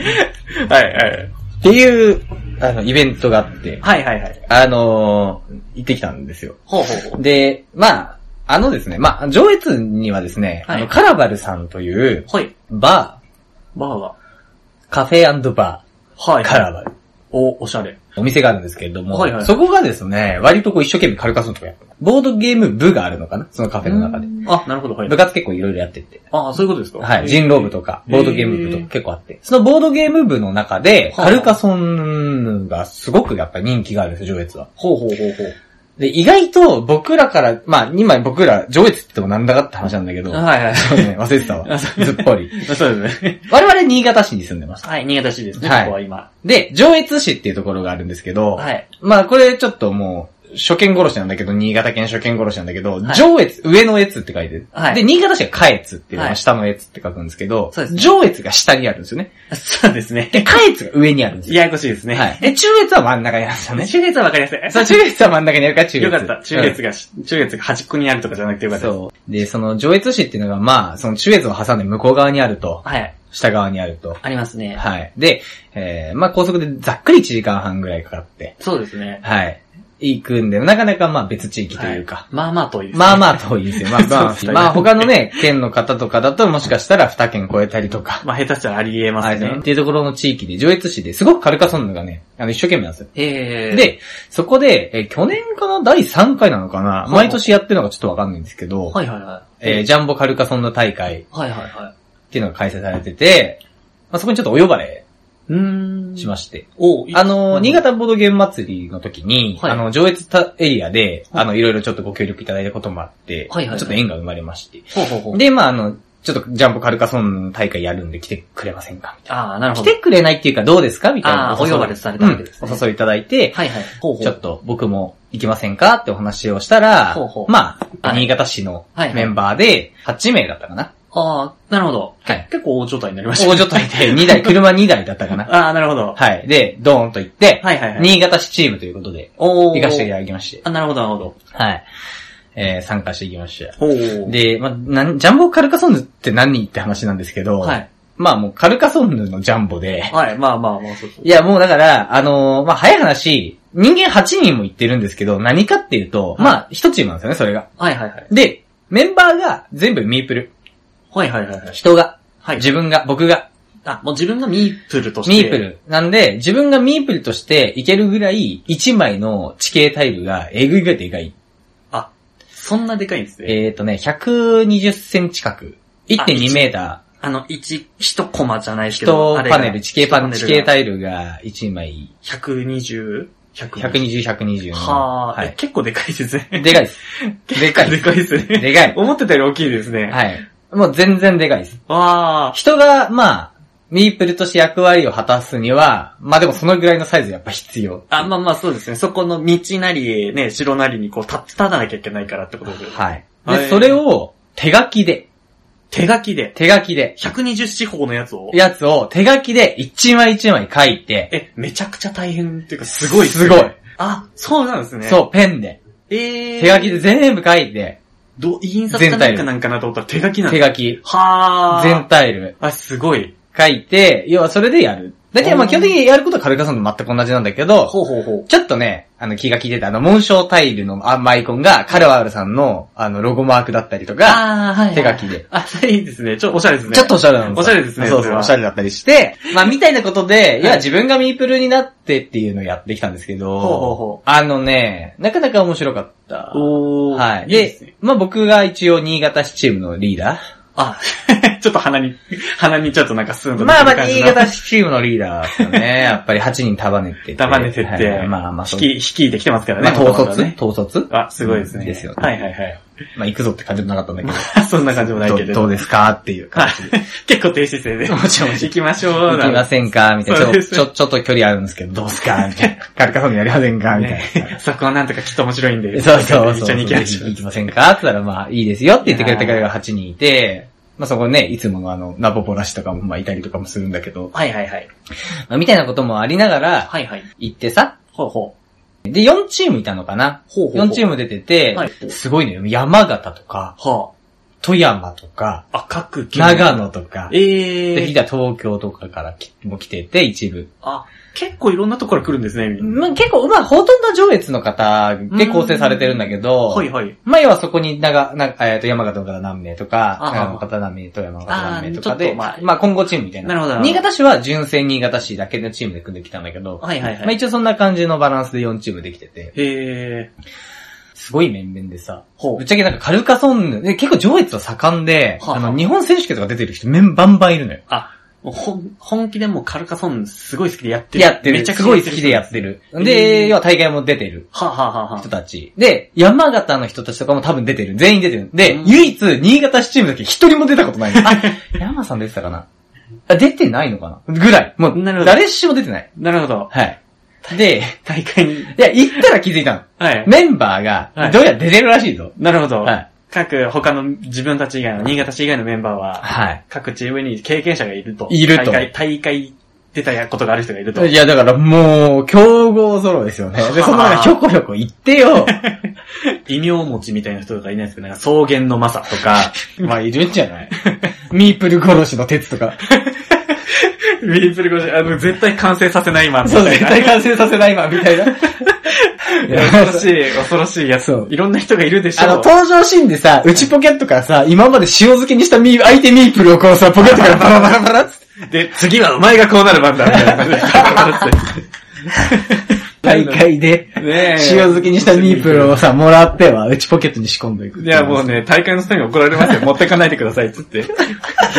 S3: はい、はい。
S1: っていう、あの、イベントがあって、
S3: はい、はい、はい。
S1: あのー行ってきたんですよ。
S3: ほうほうほう。
S1: で、まあ、あのですね、まあ、上越にはですね、
S3: はい
S1: あの、カラバルさんという、
S3: はい。
S1: バ
S3: バーが。
S1: ー、カフェバ
S3: は
S1: ー、
S3: い。
S1: カラバル。
S3: お、おしゃれ。
S1: お店があるんですけれども、
S3: はいはい
S1: そこがですね、割とこう一生懸命カルカソンとかやってるボードゲーム部があるのかなそのカフェの中で。
S3: あ、なるほど、はい
S1: 部。活結構いろいろやってて。
S3: ああ、そういうことですか
S1: はい。
S3: 人
S1: 人狼部とか、ボードゲーム部とか結構あって。そのボードゲーム部の中で、
S3: はあ
S1: カルカソンヌがすごくやっぱり人気があるんですよ、上越は。
S3: ほうほうほうほう。
S1: で、意外と僕らから、まあ、今僕ら、上越って言ってもなんだかって話なんだけど、
S3: はいはい。
S1: そうね忘れてたわ。
S3: <laughs> あそう
S1: ずっぽり。
S3: <laughs> そうですね。
S1: 我々新潟市に住んでます。
S3: はい、新潟市ですね、
S1: はい
S3: ここは今。
S1: で、上越市っていうところがあるんですけど、
S3: はい。
S1: まあ、これちょっともう、初見殺しなんだけど、新潟県初見殺しなんだけど、
S3: はい
S1: 上越、上の越って書いてる。
S3: はい
S1: で、新潟市が下越っていうの
S3: は
S1: はい下の越って書くんですけど、
S3: そうですね
S1: 上越が下にあるんですよね。
S3: <laughs> そうですね。
S1: で、下越が上にあるんですよ。
S3: ややこしいですね。
S1: はい。。で、中越は真ん中にあるんですよね。
S3: 中越はわかりやすい。
S1: <laughs> そう、中越は真ん中にあるから中越。
S3: よかった。中越が、中越が端っこにあるとかじゃなくてよ
S1: う
S3: か
S1: ん
S3: ったです。
S1: そう。で、その上越市っていうのが、まあ、その中越を挟んで向こう側にあると、
S3: はい。
S1: 下側にあると。
S3: ありますね。
S1: はい。で、えー、まあ高速でざっくり1時間半ぐらいかかって、
S3: そうですね。
S1: はい。行くんで、なかなかまあ別地域というか、
S3: まあまあという。
S1: まあ
S3: あ。
S1: まあ遠いですよ。まあま
S3: <laughs> そうです
S1: あ、
S3: ね
S1: まあ他のね、県の方とかだともしかしたら2県超えたりとか、
S3: まあ下手したらありえま
S1: は
S3: す
S1: い
S3: ね
S1: っ。ていうところの地域で、上越市ですごくカルカソンヌがね、あの一生懸命なんですよ。
S3: ええ。、
S1: で、そこで、えー去年かな第3回なのかな
S3: ほう
S1: 毎年やってるのがちょっとわかんないんですけど、
S3: はいはいは
S1: えージャンボカルカソンヌ大会っ
S3: い。はいはいは
S1: ていうのが開催されてて、まあ、そこにちょっとお呼ばれ
S3: い。うーん。
S1: しまして、
S3: おい
S1: あの、
S3: うん
S1: 新潟ボードゲーム祭りの時に、
S3: はい
S1: あの、上越たエリアで、
S3: はい
S1: あの、いろいろちょっとご協力いただいたこともあって、
S3: はいはいはい
S1: ちょっと縁が生まれまして。
S3: ほうほうほう。
S1: で、まああの、ちょっとジャンプカルカソンヌ大会やるんで来てくれませんかみたい
S3: ああ、なる
S1: な。
S3: ほ
S1: 来
S3: ど。
S1: てくれないっていうかどうですかみたいな
S3: あー
S1: お誘い
S3: お呼ばれされたわけですね
S1: うんお誘いいただいて、
S3: はいはい。ほうほう。
S1: ちょっと僕も行きませんかってお話をしたら、
S3: ほうほう
S1: まあ、
S3: はい
S1: 新潟市の
S3: はいはい
S1: メンバーで8名だったかな。
S3: ああ、なるほど。
S1: はい。
S3: 結構大状態になりましたね。
S1: 大所帯で2台、車2台だったか
S3: <laughs>
S1: な。
S3: ああ、なるほど。
S1: はい。で、ドーンと行って、
S3: はいはいはい。
S1: 新潟市チームということで、
S3: おー
S1: 行かせていただきまして、
S3: あ、なるほど、なるほど。
S1: はい。えー、参加していきました。
S3: ほう。、
S1: で、まあ、なん、ジャンボカルカソンヌって何って話なんですけど、
S3: はい。
S1: まあもうカルカソンヌのジャンボで、
S3: はい、まあまあまあ、そうそう。
S1: いや、もうだから、あのーまあ、早い話、人間8人も行ってるんですけど、何かっていうと、まあ、一チームなんですよね、それが。
S3: はいはいはい。
S1: で、メンバーが全部ミープル。
S3: はいはいはいはい。
S1: 人が、
S3: はい。
S1: 自分が、僕が、
S3: あ、もう自分がミープルとして。
S1: ミープ。ル。なんで、自分がミープルとしていけるぐらい、1枚の地形タイルがえぐいぐらいでかい。
S3: あ、そんなでかいんですね。
S1: えーとね、120センチ角。1.2メーター。
S3: あの、一、一コマじゃないですけど、
S1: 人
S3: あれが
S1: パネル、地形パネル、地形
S3: が
S1: タイルが1枚、
S3: 120、120。
S1: 120、120の。
S3: は
S1: は
S3: あ、え
S1: い。
S3: 結構でかいですね。
S1: でかいです。
S3: <laughs>
S1: でかいで。
S3: ですかいですね。
S1: でかい。
S3: 思ってたより大きいですね。い。
S1: はい。もう全然でかいです。
S3: わ
S1: 人が、まあ、ミープルとして役割を果たすには、まあでもそのぐらいのサイズやっぱ必要。
S3: あ。あ、まあまあそうですね。そこの道なり、ね、城なりにこう立立たなきゃいけないからってことで。
S1: はい。
S3: は
S1: で、
S3: い
S1: それを手書きで、
S3: 手書きで、
S1: 手書きで、
S3: 120四方のやつを。
S1: やつを手書きで一枚一枚書いて、
S3: え、めちゃくちゃ大変っていうか、すごいっす
S1: す
S3: ね、
S1: ごい
S3: あ、そうなんですね。う。
S1: そう、ペンで、
S3: えー、
S1: 手書きで。全部書いて、
S3: ど、印刷かなんかなんかなと思ったら手書きなん
S1: 手
S3: です
S1: 書き、
S3: はー。
S1: 全タイル
S3: あ、すごい。
S1: 書いて、要はそれでやる。だけどまあ
S3: おー
S1: 基本的にやることは軽川さんと全く同じなんだけど、
S3: ほうほうほう。
S1: ちょっとね、あの気が利いてた、あの、紋章タイルのあマイコンが、カルワールさんの、あの、ロゴマークだったりとか、
S3: あー、はい、
S1: 手書きで。
S3: あ、いいですね。ちょっとおしゃれですね。
S1: ちょっとおしゃれなんですよ
S3: おしゃれですね
S1: そう
S3: そ
S1: そう、
S3: れは
S1: おしゃれだったりして、まあ、みたいなことで、いや、
S3: はい
S1: 自分がミープルになってっていうのをやってきたんですけど、
S3: ほうほうほ
S1: あのね、なかなか面白かった。
S3: おー。
S1: はい。
S3: いいですね
S1: で、まあ、僕が一応新潟市チームのリーダ
S3: あ、 <laughs> ちょっと鼻に、鼻にちょっとなんかスーン
S1: ー
S3: と
S1: まあま
S3: 出て
S1: あ、
S3: る感じ
S1: 新
S3: の
S1: 潟市チームのリーダーですよ
S3: <laughs>
S1: ね。やっぱり8人束ねてて。
S3: 束ねてって、
S1: はいまあまあ、
S3: 引
S1: そう
S3: き、引きできてますからね。
S1: まあ、統
S3: 元々
S1: 率
S3: ね
S1: 統率
S3: あ、すごいですね。
S1: ですよね
S3: はいはいはい。 <laughs>
S1: まあ行くぞって感じもなかったんだけ
S3: そんな感じもない
S1: ど、
S3: け
S1: ど
S3: れ
S1: ど
S3: ど。
S1: うですかっていう感じで。
S3: 結構低姿勢で。
S1: もちろん
S3: 行きましょう。
S1: 行きませんかみたいな。ち
S3: そう
S1: ょ、
S3: です
S1: ちょ、ちょっと距離あるんですけど、どうすかみたいな。カルカソンヌやりませんかみたい
S3: ねそこはなんとかきっと面白いんで。
S1: な。そうそうそう。
S3: 一緒に行きましょう
S1: 行。きませんかって言ったら、まあ、いいですよって言ってくれた方が8人いて、まあそこね、いつものあの、ナポポラシとかもまあいたりとかもするんだけど、
S4: はいはいはい。
S1: まあみたいなこともありながら、
S4: はいはい。
S1: 行ってさ、
S4: ほうほ
S1: で、4チームいたのかな
S4: う。ほうほうほう。
S1: ?4 チーム出てて、
S4: はい
S1: すごいね、山形とか、
S4: は
S1: 富山とか、
S4: あ。あ、各県。
S1: 長野とか、
S4: え
S1: で、ひ
S4: え。
S1: だ東京とかからきも来てて、一部。
S4: あ、
S3: 結構いろんなところから来るんですね、みんな。
S1: まあ、結構、まあ、ほとんど上越の方で構成されてるんだけど、
S4: はいはい。
S1: まあ、要はそこに長、なえっ、と、山形の方何名とか、
S4: あー
S1: 長野の方何名、富山の方何名とか
S4: あーち
S1: で、
S4: ょっとまあ
S1: まあ、今後チームみたいな。
S4: なるほどなるほど
S1: 新潟市は純正新潟市だけのチームで組んできたんだけど、
S4: はいはいはい。
S1: まあ、一応そんな感じのバランスで4チームできてて、
S3: へー。
S1: すごい面々でさ、
S4: ほ
S1: ぶっちゃけなんかカルカソンヌ、で結構上越は盛んで、
S4: はあはあ
S1: あの、日本選手権とか出てる人、メンバンバンいるのよ。
S4: もうほん本気でもうカルカソンヌすごい好きでやってる。
S1: やってる。
S4: めちゃくちゃ
S1: すごい好きでやってる。
S4: えー
S1: で、要は大会も出てる
S4: はあ、はあはあはあ
S1: 人たち。で、山形の人たちとかも多分出てる。全員出てる。で、
S4: うん
S1: 唯一、新潟市チームだけ一人も出たこ
S4: <laughs>
S1: とない。あ、山さん出てたかなあ出てないのかなぐらい。もう、
S4: なるほど
S1: 誰しも出てない。
S4: なるほど。
S1: はい。で、
S4: 大会に。
S1: いや、行ったら気づいたの。
S4: はい。
S1: メンバーが
S3: はい、
S1: どうやら出てるらしいぞ。
S3: なるほど
S1: は。い。
S3: 各他の自分たち以外の、新潟市以外のメンバーは、
S1: はい。
S3: 各チームに経験者がいると。
S1: いると
S3: 大会、大会出たことがある人がいると。
S1: いや、だからもう、競合揃です
S3: <laughs>
S1: よね。で、その中、ひょこひょこ行ってよ。
S3: 異名持ちみたいな人とかいないですけど、なんか草原のマサと <laughs> か、
S1: まあ、いるんじゃないミープル殺しの鉄と
S3: <laughs>
S1: か。
S3: ビープルゴジあの、絶対完成させないマンみ
S1: そう、
S3: たい
S1: 絶
S3: な。
S1: 対完成させないわ、みたい
S3: <laughs>
S1: な。い
S3: 恐ろ
S1: や
S3: しい、恐ろしいやつ
S1: そう。
S3: いろんな人がいるでし
S1: あの、
S3: ょう。
S1: 登場シーンでさ、内ポケットからさ、今まで塩漬けにしたミー相手ミープルをこうさ、ポケットからバラバラバラっつって、
S3: で、次はお前がこうなる番だ、みたいな感じで <laughs>
S1: 大会で、
S3: ねえ
S1: 塩漬けにしたミープルをさ、もらっては、内ポケットに仕込んでいく。
S3: いや、もう。ね、大会の人に怒られます <laughs> よ。持ってかないでください、つって。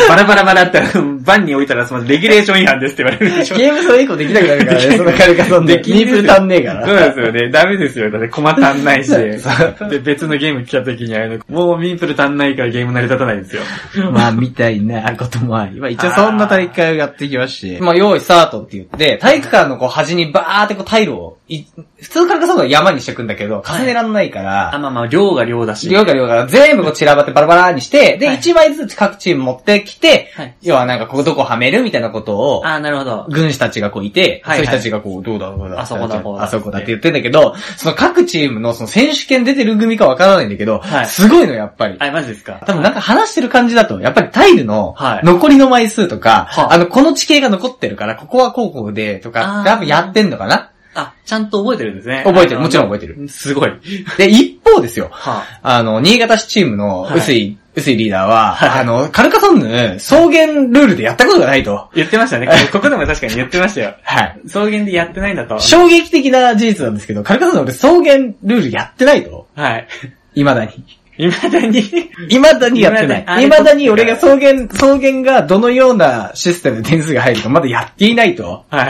S3: バラバラバラって、あのバンに置いたら、その、レギュレーション違反ですって言われるでしょ。
S1: ゲームそれ以降できなくなるからね、そのカルカソンで。
S3: できね
S1: ミ
S3: え
S1: ープル足んねえから。
S3: そうですよね。ダメですよ。だって駒足んないし。
S1: そう
S3: で、別のゲーム来た時にあの、もうミープル足んないからゲーム成り立たないんですよ。
S1: <laughs> まあ、みたいなこともあり。まあ、一応そんな大会をやってきまして。まあ、用意スタートって言って、体育館のこう端にバーってこうタイルをい、普通からそうだと山にしてくんだけど、重ねらんないか
S4: あ、
S1: ら、
S4: まあまあ、量が量だし。
S1: 量が量が全部こう散らばってバラバラにして、で、
S4: はい
S1: 1枚ずつ各チーム持ってきて
S4: はい、
S1: 要はなんかここどこはめるみたいなことを、
S4: あ、なるほど。
S1: 軍師たちがこういて、
S4: はいはい
S1: そういう人たちがこう、どうだどうだ。
S4: あそこだこうだ
S1: あそこだって言ってんだけど、その各チームのその選手権出てる組かわからないんだけど、
S4: はい
S1: すごいのやっぱり。
S4: あ、マジですか
S1: 多分なんか話してる感じだと、やっぱりタイルの
S4: はい
S1: 残りの枚数とか、
S4: は
S1: あの、この地形が残ってるから、ここはこうこうで、と
S4: あ
S1: か
S4: ー、
S1: 多分やってんのかな
S4: あ、ちゃんと覚えてるんですね。
S1: 覚えてる、
S4: あ
S1: もちろん覚えてる。
S3: んすごい。
S1: で、一方ですよ。
S4: は
S1: あの、新潟市チームの
S4: はい
S1: 薄い、薄いリーダーは、
S4: はい
S1: あの、カルカソンヌ、草原ルールでやったことがないと。
S3: 言ってましたね。ここでも確かに言ってましたよ。
S1: はい。
S3: 草原でやってないんだと。
S1: 衝撃的な事実なんですけど、カルカソンヌ俺草原ルールやってないと。
S3: はい。
S1: 未だに。
S3: 未だに。
S1: 未だにやってない
S4: 未だ。に
S1: 未だに俺が草原、草原がどのようなシステムで点数が入るかまだやっていないと。
S3: はい。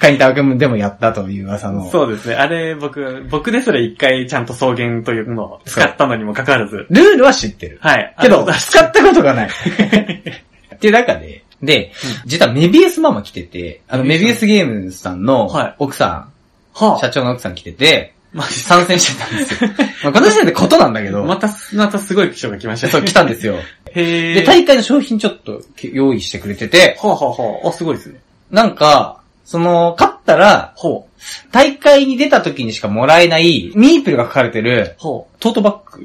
S1: カインタワ君でもやったという噂の。
S3: そうですね。あれ、僕、僕ですら一回ちゃんと草原というのを使ったのにもかかわらず。
S1: ルールは知ってる。
S3: はい。
S1: けど
S3: あ、
S1: 使ったことがない。っていう中で、で、実はメビウスママ来てて、あの、メビウスゲームズさんの
S4: はい
S1: 奥さん、
S4: は
S1: 社長の奥さん来てて、
S3: <laughs>
S4: あ、マジ
S1: 参戦してたんですよ。まあ、この時点でことなんだけど、
S3: また、またすごい人が来ましたね。
S1: そう来たんですよ。
S3: へ
S1: で、
S3: え。
S1: 大会の商品ちょっと用意してくれてて、
S3: ほうほうほう。あ、すごいですね。
S1: なんか、その、勝ったら、
S3: ほう。
S1: 大会に出た時にしかもらえない、ミープルが書かれてる、
S4: ほう。
S1: トートバッグ、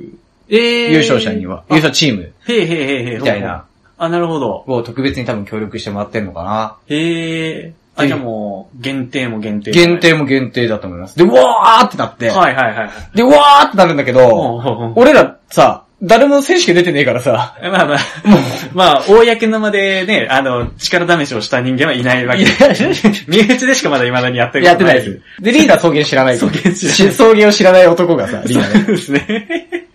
S4: えー。
S1: 優勝者には、
S4: あ
S1: 優勝チーム、
S3: へえへえへえへえ。
S1: みたいな。
S4: あ、なるほど。
S1: を特別に多分協力してもらってるのかな。
S3: へえ。あ、じゃあもう、限定も限定。
S1: 限。定も限定だと思います。で、うわーってなって、
S3: はいはいはい。
S1: で、うわーってなるんだけど、
S3: ほうほうほう
S1: 俺らさ、誰も選手権出てねえからさ、
S3: まあまあ、まあ、公の間でね、あの、力試しをした人間はいないわけです。身内でしかまだ未だにやってる
S1: やってないです。で、リーダー草原知ら
S3: <laughs>
S1: ないから。
S3: 草原知らない
S1: し草原を知らない男がさ、リーダー
S3: そうですね。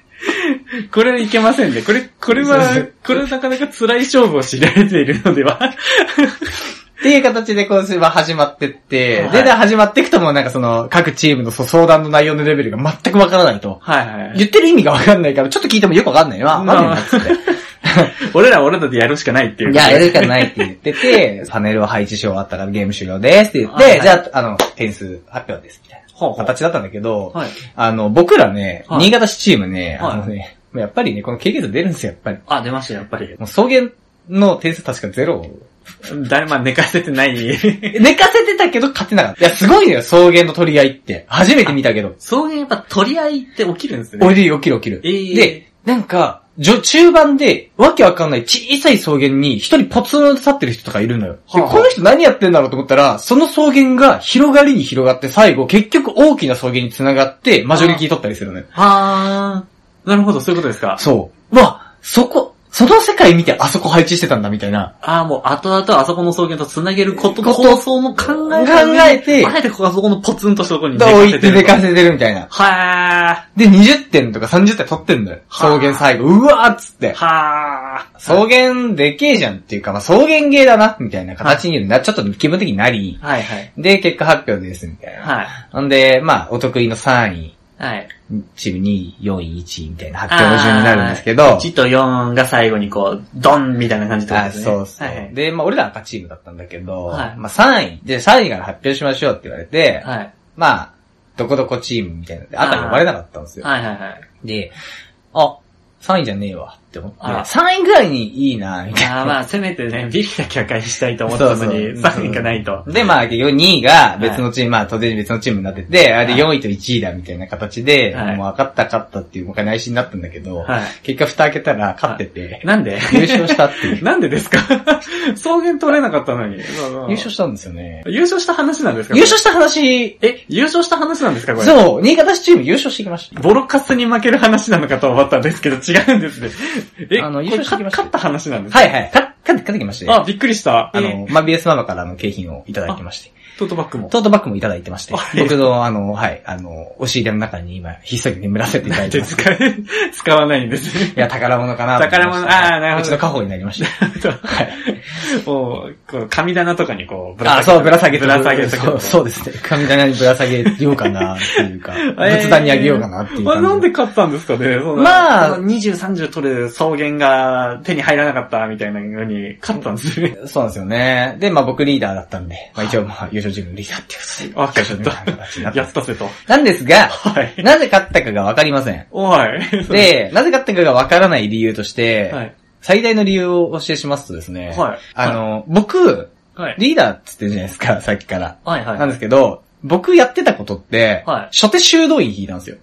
S3: <laughs> これいけませんね。 <laughs> これ、これは、これなかなか辛い勝負をしられているのでは。
S1: っていう形で今週は始まってって、
S3: はい
S1: で、で、始まっていくともうなんかその、各チームのそう相談の内容のレベルが全くわからないと。
S3: はいはい。
S1: 言ってる意味がわかんないから、ちょっと聞いてもよくわかんないわ。
S3: まあ
S1: わかんないなっつって。
S3: 俺らは俺らでやるしかないっていう。
S1: いや、やるしかないって言ってて、パネルを配置し終わったからゲーム終了ですって言って、
S3: はいはい
S1: じゃあ、あの、点数発表です、みたい
S3: ほう
S1: な
S3: ほう
S1: 形だったんだけど、
S3: はい。
S1: あの、僕らね、
S3: はい
S1: 新潟市チームね、
S3: はい
S1: あのね、やっぱりね、この経験数出るんですよ、やっぱり。
S3: あ、出ました、やっぱり。
S1: もう草原の点数確かゼロ。
S3: 誰も寝かせてない。 <laughs>
S1: 寝かせてたけど勝てなかった。いや、すごいのよ、草原の取り合いって。初めて見たけど。
S3: 草原やっぱ取り合いって起きるんですね。
S1: おいで起きる起きる。
S3: えー
S1: で、なんか、じょ中盤で、わけわかんない小さい草原に一人ポツンと立ってる人とかいるのよ。で
S3: はあ
S1: この人何やってんだろうと思ったら、その草原が広がりに広がって最後、結局大きな草原に繋がって、マジョリティ取ったりするのよ。
S3: はー。なるほど、そういうことですか。
S1: そう。うわ、そこ、その世界見てあそこ配置してたんだみたいな。
S3: ああ、もう後々あそこの草原と繋げること、
S1: こと
S3: 構想も考えた上に
S1: 考えて
S3: あえてここあそこのポツンとしたとこに
S1: だから置いて
S3: る
S1: 寝かせてるみたいな。
S3: は
S1: で、20点とか30点取ってんだよ。
S3: はあ
S1: 草原最後。うわーっつって
S3: ー。。はー。
S1: 草原でけえじゃんっていうか、まあ、草原芸だな、みたいな形にな、ちょっと気分的になり、
S3: はいはい。
S1: で、結果発表です、みたいな。
S3: はい。
S1: ほんで、まあ、お得意の3位、
S3: はい。
S1: チーム2位、4位、1位みたいな発表の順になるんですけど、
S3: 1と4が最後にこう、ドンみたいな感じってこ
S1: あ、
S3: とですね。
S1: そうそう。
S3: はいはい
S1: で、まあ、俺ら赤チームだったんだけど、
S3: はい
S1: まあ、3位、で、3位から発表しましょうって言われて、
S3: はい。
S1: まあ、どこどこチームみたいなので、赤呼ばれなかったんですよ。
S3: はいはいはい。
S1: で、あ、3位じゃねえわって思って、
S3: あ
S1: 3位ぐらいにいいな、みたいな。
S3: ああまあ、せめてね、 <laughs> ビリだけは回避したいと思ったのに、
S1: そうそう
S3: 3位がないと。
S1: で、まあ、結局2位が別のチーム、まあ、当然別のチームになってて、あれで4位と1位だみたいな形で、
S3: はい
S1: もう分かった勝ったっていう、もう一回内心になったんだけど、
S3: は
S1: 結果蓋開けたら勝ってて
S3: い。、なんで
S1: 優勝したって <laughs> いう。
S3: <laughs> なんでですか草原取れなかったのに。
S1: 優勝したんですよね。
S3: 優勝した話なんですか
S1: 優勝した話、
S3: え、優勝した話なんですかこれ。
S1: そう、新潟市チーム優勝してきました。
S3: ボロカスに負ける話なのかと思ったんですけど、違うんですね。え、
S1: あの
S3: これ
S1: 優勝してきました
S3: 勝った話なんですか
S1: はいはい、勝勝って勝ってきまして、
S3: あ、びっくりした。
S1: あ
S3: えー
S1: の、マビエスママからの景品をいただいてまして、
S3: トートバッグも。
S1: トートバッグもいただいてまして
S3: あ、ええ
S1: 僕のあの、はい、あの、押し入れの中に今、ひっそり眠らせていただいて <laughs>
S3: で
S1: ます。
S3: 使え、 <laughs> 使わないんですね。
S1: いや、宝物かなと思いました
S3: 宝物あーなるほど
S1: うちの家宝になりました。
S3: もう、こう神棚とかにこう、ぶ
S1: あ、そう、ぶら下げて
S3: ぶら下げと
S1: そう、そうですね。神棚にぶら下げようかな、っていう
S3: <laughs>
S1: か、
S3: えー
S1: 仏壇にあげようかな、っていう感じ。
S3: あなんで買ったんですかねその
S1: まあ
S3: その20、30取る草原が手に入らなかったみたいなのに、買ったんですね。
S1: そうなんですよね。で、まあ僕リーダーだったんで、まあ一応まあ優勝チームのリーダーっていう
S3: あ、買っ
S1: ことで、優勝チームの形にな
S3: た。
S1: った
S3: やったせと。
S1: なんですが、
S3: はい。
S1: なぜ勝ったかがわかりません。
S3: <laughs> おい。
S1: で、なぜ勝ったかがわからない理由として、
S3: はい。
S1: 最大の理由をお教えしますとですね、
S3: はい
S1: あの、僕、
S3: はい。
S1: リーダーって言ってるじゃないですか、さっきから。
S3: はいはい。
S1: なんですけど、僕やってたことって、
S3: はい
S1: 初手修道院引いたんですよ。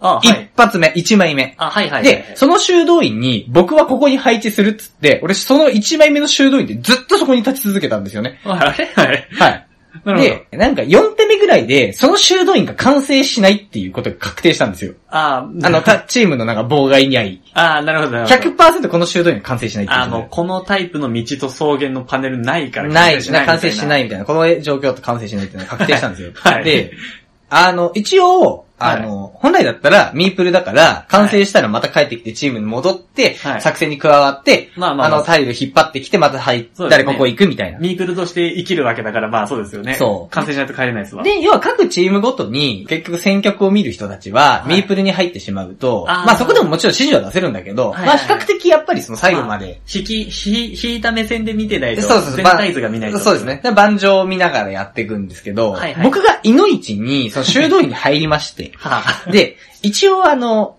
S3: あ、はい。
S1: 一発目、一枚目。
S3: あ、はいはい。
S1: で、その修道院に、僕はここに配置するっつって、俺その1枚目の修道院でずっとそこに立ち続けたんですよね。
S3: はいあれはい。
S1: はい。
S3: なるほど。
S1: で、なんか4手目ぐらいで、その修道院が完成しないっていうことが確定したんですよ。
S3: あ、
S1: あの、たチームのなんか妨害にあい。
S3: あ、なるほど、なるほど。
S1: 100%この修道院が完成しないっていう
S3: あ、
S1: ことで。 <laughs>
S3: もうこのタイプの道と草原のパネルないから。。。
S1: ない、な完成しないいみたいな。この状況だと完成しないっていうのが確定したんですよ
S3: はい
S1: で、あの、一応、あの、本来だったら、ミープルだから、完成したらまた帰ってきてチームに戻って、
S3: はい
S1: 作戦に加わって、
S3: まあまあまあ
S1: の、タイル引っ張ってきて、また入っ
S3: そうで
S1: た
S3: す
S1: ら
S3: ね
S1: ここ行くみたいな。
S3: ミープルとして生きるわけだから、まあそうですよね。
S1: そう
S3: 完成しないと帰れないですわ。
S1: で、要は各チームごとに、結局選曲を見る人たちは、
S3: はい
S1: ミープルに入ってしまうと、
S3: あー
S1: まあそこでももちろん指示は出せるんだけど、
S3: はい
S1: まあ比較的やっぱりその最後まで、
S3: 引き、ひ引いた目線で見てないと、
S1: そうそうそう。
S3: 全体図が見ないと。
S1: そうですね。。だから盤上を見ながらやっていくんですけど、
S3: はいはい
S1: 僕がいのいちに、その修道院に入りまして、
S3: <laughs> はあ、
S1: で、一応あの、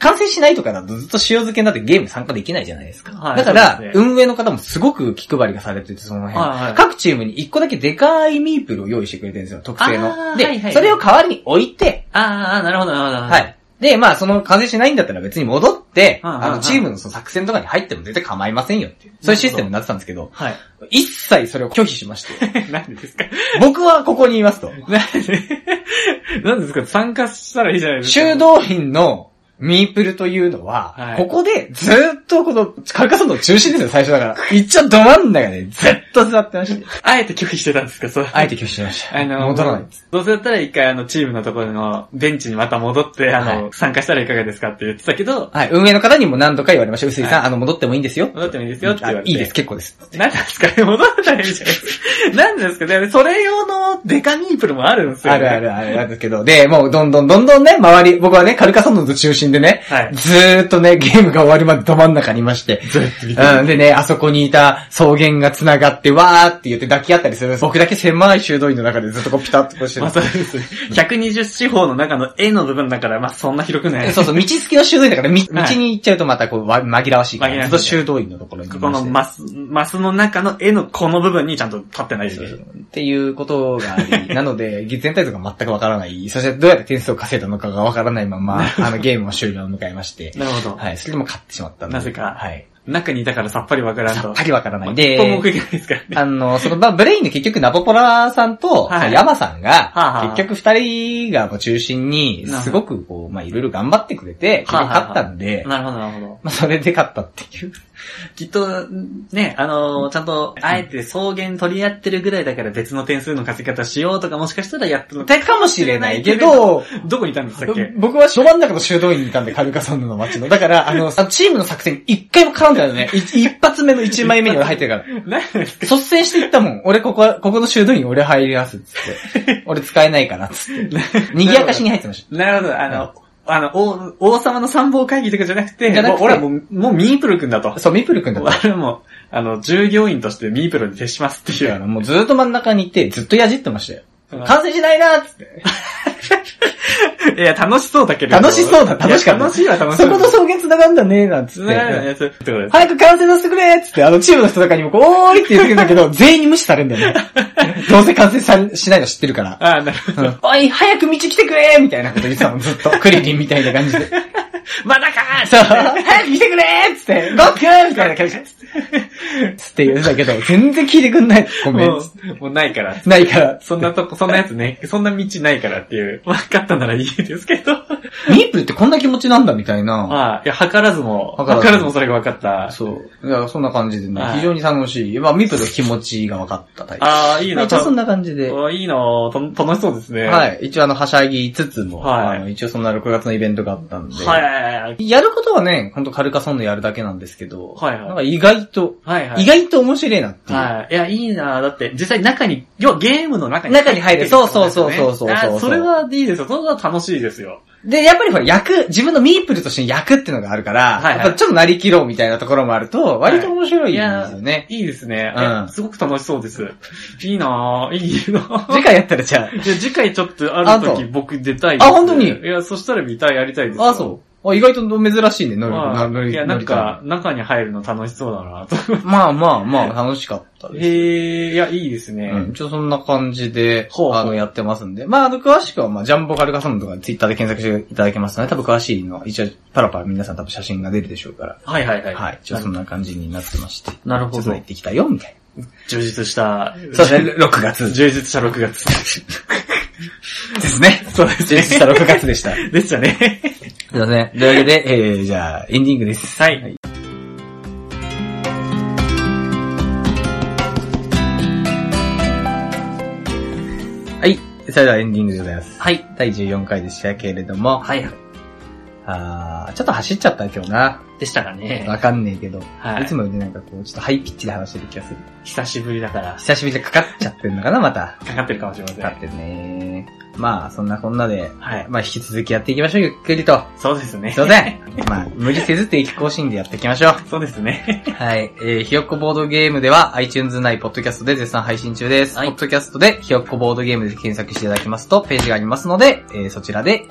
S1: 完成しないとかだとずっと塩漬けになってゲーム参加できないじゃないですか。
S3: はい
S1: だから、
S3: そうですね
S1: 運営の方もすごく気配りがされてて、その辺。
S3: はいはい
S1: 各チームに一個だけでかいミープルを用意してくれてるんですよ、特製
S3: あ
S1: の。
S3: ー
S1: で、
S3: はいはい
S1: それを代わりに置いて、
S3: ああ、なるほど、なるほど。
S1: は。い。で、まあ、その完成しないんだったら別に戻って、
S3: うんうんうん
S1: あの、チームのその作戦とかに入っても絶対構いませんよっていう。そういうシステムになってたんですけど、
S3: はい。 <laughs>
S1: 一切それを拒否しまして、 <laughs>
S3: 何ですか <laughs>
S1: 僕はここにいますと。
S3: 何で何ですか参加したらいいじゃないですか。
S1: 修道院のミープルというのは、
S3: はい
S1: ここでずっとこの、カルカソンの中心ですよ、最初だから。一応ど真ん中でずっと座ってました。
S3: あえて拒否してたんですか、そう。
S1: あえて拒否しました。
S3: あの
S1: 戻らない。
S3: どうせだったら一回あのチームのところのベンチにまた戻って、あの、
S1: は
S3: 参加したらいかがですかって言ってたけど、
S1: はい、運営の方にも何度か言われました。薄井さん、あの、戻ってもいいんですよ。
S3: 戻ってもいいですよって
S1: あ
S3: 言われて。
S1: いいです、。結構です。
S3: 何なんですかね戻ったらいいじゃないですか。何なんですかねそれ用のデカミープルもあるんですよ、
S1: あ
S3: ね。
S1: るあるあるなんですけど。で、もうどんどんどんどんね、周り、僕はね、カルカソンヌの中心でね、
S3: はい
S1: ずーっとね、ゲームが終わるまでど真ん中にいまして。うん、でね、あそこにいた草原が繋がって、わーって言って抱き合ったりする。僕だけ狭い修道院の中でずっとこうピタッとこうしてる
S3: まあ。そうですね。120四方の中の絵の部分だから、まあそんな広くない。
S1: そうそう、道付きの修道院だから、み道
S3: はい
S1: に行っちゃうとまたこう、わ紛らわしいか
S3: 紛ら
S1: ら、
S3: わ
S1: ず
S3: し
S1: っと修
S3: い
S1: 道院のところにい
S3: こ
S1: ま
S3: この
S1: して
S3: マス、マスの中の絵のこの部分にちゃんと立ってないですよね。
S1: っていうことがあり、なので、全体像が全くわからない、そしてどうやって点数を稼いだのかがわからないまま、あのゲームは終了を迎えまして、
S3: なるほど。
S1: はい、それでも勝ってしまったんで
S3: なぜか
S1: はい。
S3: 中にいたからさっぱりわからん
S1: さ
S3: と
S1: っ。ぱりわからない。
S3: 一歩も
S1: で
S3: 奥、行けないですからね。
S1: <laughs> あの、その、まあ、ブレインで結局ナポポラさんと、
S3: はい
S1: そのヤマさんが、
S3: はあはあ
S1: 結局二人がもう中心に、
S3: なるほど
S1: すごくこう、まあ、いろいろ頑張ってくれて、結
S3: はあ
S1: 局
S3: はあはあ
S1: 勝ったんで、
S3: なるほど、なるほど。
S1: <laughs> まあ、それで勝ったっていう。
S3: きっと、ね、あのーちゃんと、あえて草原取り合ってるぐらいだから別の点数の稼ぎ方しようとかもしかしたらやったの
S1: てかもしれないけ、ど、
S3: どこにいたんでしたっけ
S1: <laughs> 僕はど真ん中の修道院にいたんで、カルカソンヌの街の。だから、あの、 <laughs> あのチームの作戦に一回も絡んでないのね。い <laughs> 一発目の一枚目に俺入ってるから。
S3: 何ですか
S1: 率先していったもん。俺ここは、ここの修道院俺入りますっつ <laughs> って。俺使えないからっつって。賑やかしに入ってました。
S3: なるほど、あの、あの、王王様の参謀会議とかじゃなくて、
S1: じゃなくて
S3: もう俺はもう、もうミープル君だと。
S1: そう、ミープル君だった。
S3: 俺はもう、あの、従業員としてミープルに徹しますってい
S1: だか
S3: う。
S1: らもうずっと真ん中にいて、ずっとやじってましたよ。完成しないなーっつって。
S3: いや、楽しそうだけれど。
S1: 楽しそうだ、楽しかった。
S3: いや楽しいは楽しい。
S1: そこと草原繋がんだねーなんつっ
S3: つながる
S1: て。
S3: よね、そういうことです。
S1: 早く完成させてくれーっつって、あのチームの人とかにもこう、おーいって言ってくるんだけ <laughs> ど、全員に無視されるんだよね。どうせ完成されしないの知ってるから。
S3: ああ、なるほど。
S1: うんおい、早く道来てくれーみたいなこと言ってたの、ずっと。クリリンみたいな感じで。
S3: まだか
S1: そう、早く来てくれーっつって、ゴックーみたいな感じで。つって言うんだけど、全然聞いてくんない。 <laughs> ご
S3: ー
S1: めん。
S3: もう、もうないから。
S1: ないから。
S3: そんなとこ、そんなやつね、そんな道ないからっていう。分かったならいいですけど。
S1: ミープルってこんな気持ちなんだみたいな。
S3: まあ、いや、図らずも、
S1: 図
S3: 図
S1: らずも
S3: らずもそれが分かった。
S1: そう。いや、そんな感じでね
S3: は、い
S1: 非常に楽しい。まあ、ミープルの気持ちが分かったタイプ。
S3: ああ、いい
S1: まあ
S3: な、
S1: 一応そんな感じで。
S3: おいいな、と楽しそうですね。。
S1: はいい。一応あの、はしゃぎつつも、
S3: は
S1: あ
S3: い
S1: の一応そんな6月のイベントがあったんで。
S3: はい。
S1: やることはね、ほんとカルカソンヌやるだけなんですけど、
S3: はいはい
S1: なんか意外と、
S3: はいはい。
S1: 意外と面白いなっていう。
S3: はい。いや、いいなだって、実際中に、要はゲームの中に。
S1: 中に入るそうそうそうそうそうそう
S3: あーそれはいいですよ。それは楽しいですよ。
S1: で、やっぱりほら、役、自分のミープルとしての役っていうのがあるから、
S3: はいはい
S1: やっぱちょっとなりきろうみたいなところもあると、割と面白いんですよね。
S3: いいですね。
S1: うん
S3: いやすごく楽しそうです。いいなぁ、い
S1: <laughs>
S3: いな
S1: 次回やったらじゃ
S3: じゃあ次回ちょっとあ
S1: あ
S3: る
S1: そう
S3: 時僕出たいです。
S1: あ本当に
S3: いや、そしたら見たい、やりたいですよ。
S1: あ、あ、そう。あ、意外と珍しいね、乗り、
S3: ま
S1: 乗
S3: あ、
S1: り、
S3: いや、なんか
S1: 乗、
S3: 中に入るの楽しそうだなと。
S1: り換えまあまあまあ、楽しかったです。
S3: へえ、いや、いいですね。
S1: うん、ちょ、そんな感じで、
S3: ほうほう
S1: あの、やってますんで。まあ、あの、詳しくは、まあ、ジャンボカルカソンとかツイッターで検索していただけますので、多分詳しいのは、一応、パラパラ皆さん多分写真が出るでしょうから。
S3: はいはいはい。
S1: はい。一応そんな感じになってまして。
S3: なるほ
S1: ちょっと
S3: ど
S1: 行ってきたよ、み <laughs> たい
S3: 充実した、
S1: な。そうですね、6月
S3: 充実した6月。
S1: <laughs> ですね。 <laughs> そうですね。した6月で <laughs> した。
S3: でしたね。
S1: すいません。というわけで、えー、じゃあ、エンディングです。
S3: はい
S1: い。はい。それではエンディングでございます。
S3: はい。
S1: 第14回でしたけれども、
S3: はい。
S1: あー、ちょっと走っちゃった今日な。
S3: でしたかね。
S1: わかんねえけど。
S3: はい
S1: いつもよりなんかこう、ちょっとハイピッチで話してる気がする。
S3: 久しぶりだから、
S1: 久しぶりでかかっちゃってるのかな、また。
S3: かかってるかもしれません。
S1: かかってるね。まあ、そんなこんなで、
S3: はい。
S1: まあ引き続きやっていきましょう、ゆっくりと。
S3: そうですね
S1: すい。ませ
S3: <laughs>
S1: ん。まあ、無理せず定期更新でやっていきましょ
S3: そうですね。
S1: う。はい。えー、ひよっこボードゲームでは iTunes 内ポッドキャストで絶賛配信中です。
S3: はい
S1: ポッドキャストでひよっこボードゲームで検索していただきますとページがありますので、えー、そちらで、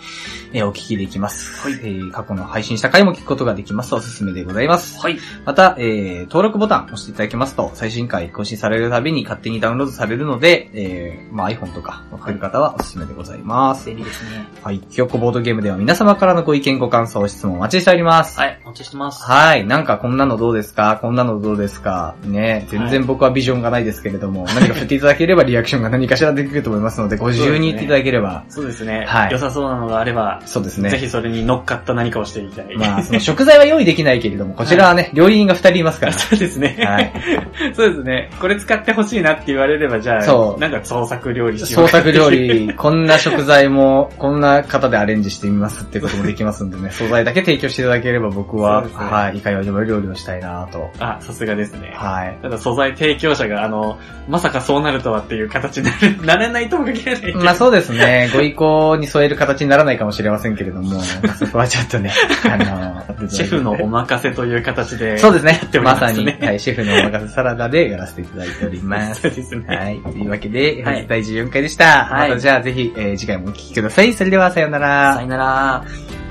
S1: えーお聞きできます。
S3: はい
S1: えー、過去の配信した回も聞くことができます。おすすめでございます。
S3: はい。
S1: また、えー、登録ボタンを押していただきますと、最新回更新されるたびに勝手にダウンロードされるので、えー、まあ iPhone とかわかる方はおすすめでございます。
S3: 利ですね。
S1: はい。ひよっこボードゲームでは皆様からのご意見、ご感想、質問お待ちしております。
S3: はい。お待ちしてます。
S1: はい。なんかこんなのどうですかこんなのどうですかね全然僕はビジョンがないですけれども、何か振っていただけれ <laughs> ばリアクションが何かしらできると思いますので、ご自由に言っていただければ。
S3: そうですね。
S1: はい
S3: 良さそうなのがあれば、
S1: そうですね。
S3: ぜひそれに乗っかった何かをしてみたい。
S1: まあ、その食材は用意できないけれども、こちらはね、料理人が二人いますから。<laughs>
S3: <laughs> そうですね。
S1: はい。
S3: そうですね。これ使ってほしいなって言われれば、じゃあ、
S1: そう
S3: なんか創作料理しよ
S1: 創
S3: う
S1: 作料理、 <laughs> こんな食材も、こんな方でアレンジしてみますってこともできますんでね、素材だけ提供していただければ僕は、
S3: そうですね
S1: はい、いかようにも料理をしたいなと。
S3: <laughs> あ、さすがですね。
S1: はい。
S3: ただ素材提供者が、あの、まさかそうなるとはっていう形になる、なれないとも限らないけど。
S1: まあそうですね、ご意向に添える形にならないかもしれませんけれども、まあそこはちょっとね、あの、
S3: <laughs> シェフのお任せという形で。
S1: そうですね
S3: ってお。り
S1: ま
S3: ます
S1: さ
S3: ね
S1: に、はい、シェフのお任せサラダでやらせていただいており
S3: <laughs>
S1: ます。
S3: そうですね。
S1: はい。というわけで、
S5: はい
S1: 本日第14回でした。
S5: はい
S1: またじゃあぜひ、えー次回もお聞きください。それでは、さようなら。
S5: さよなら。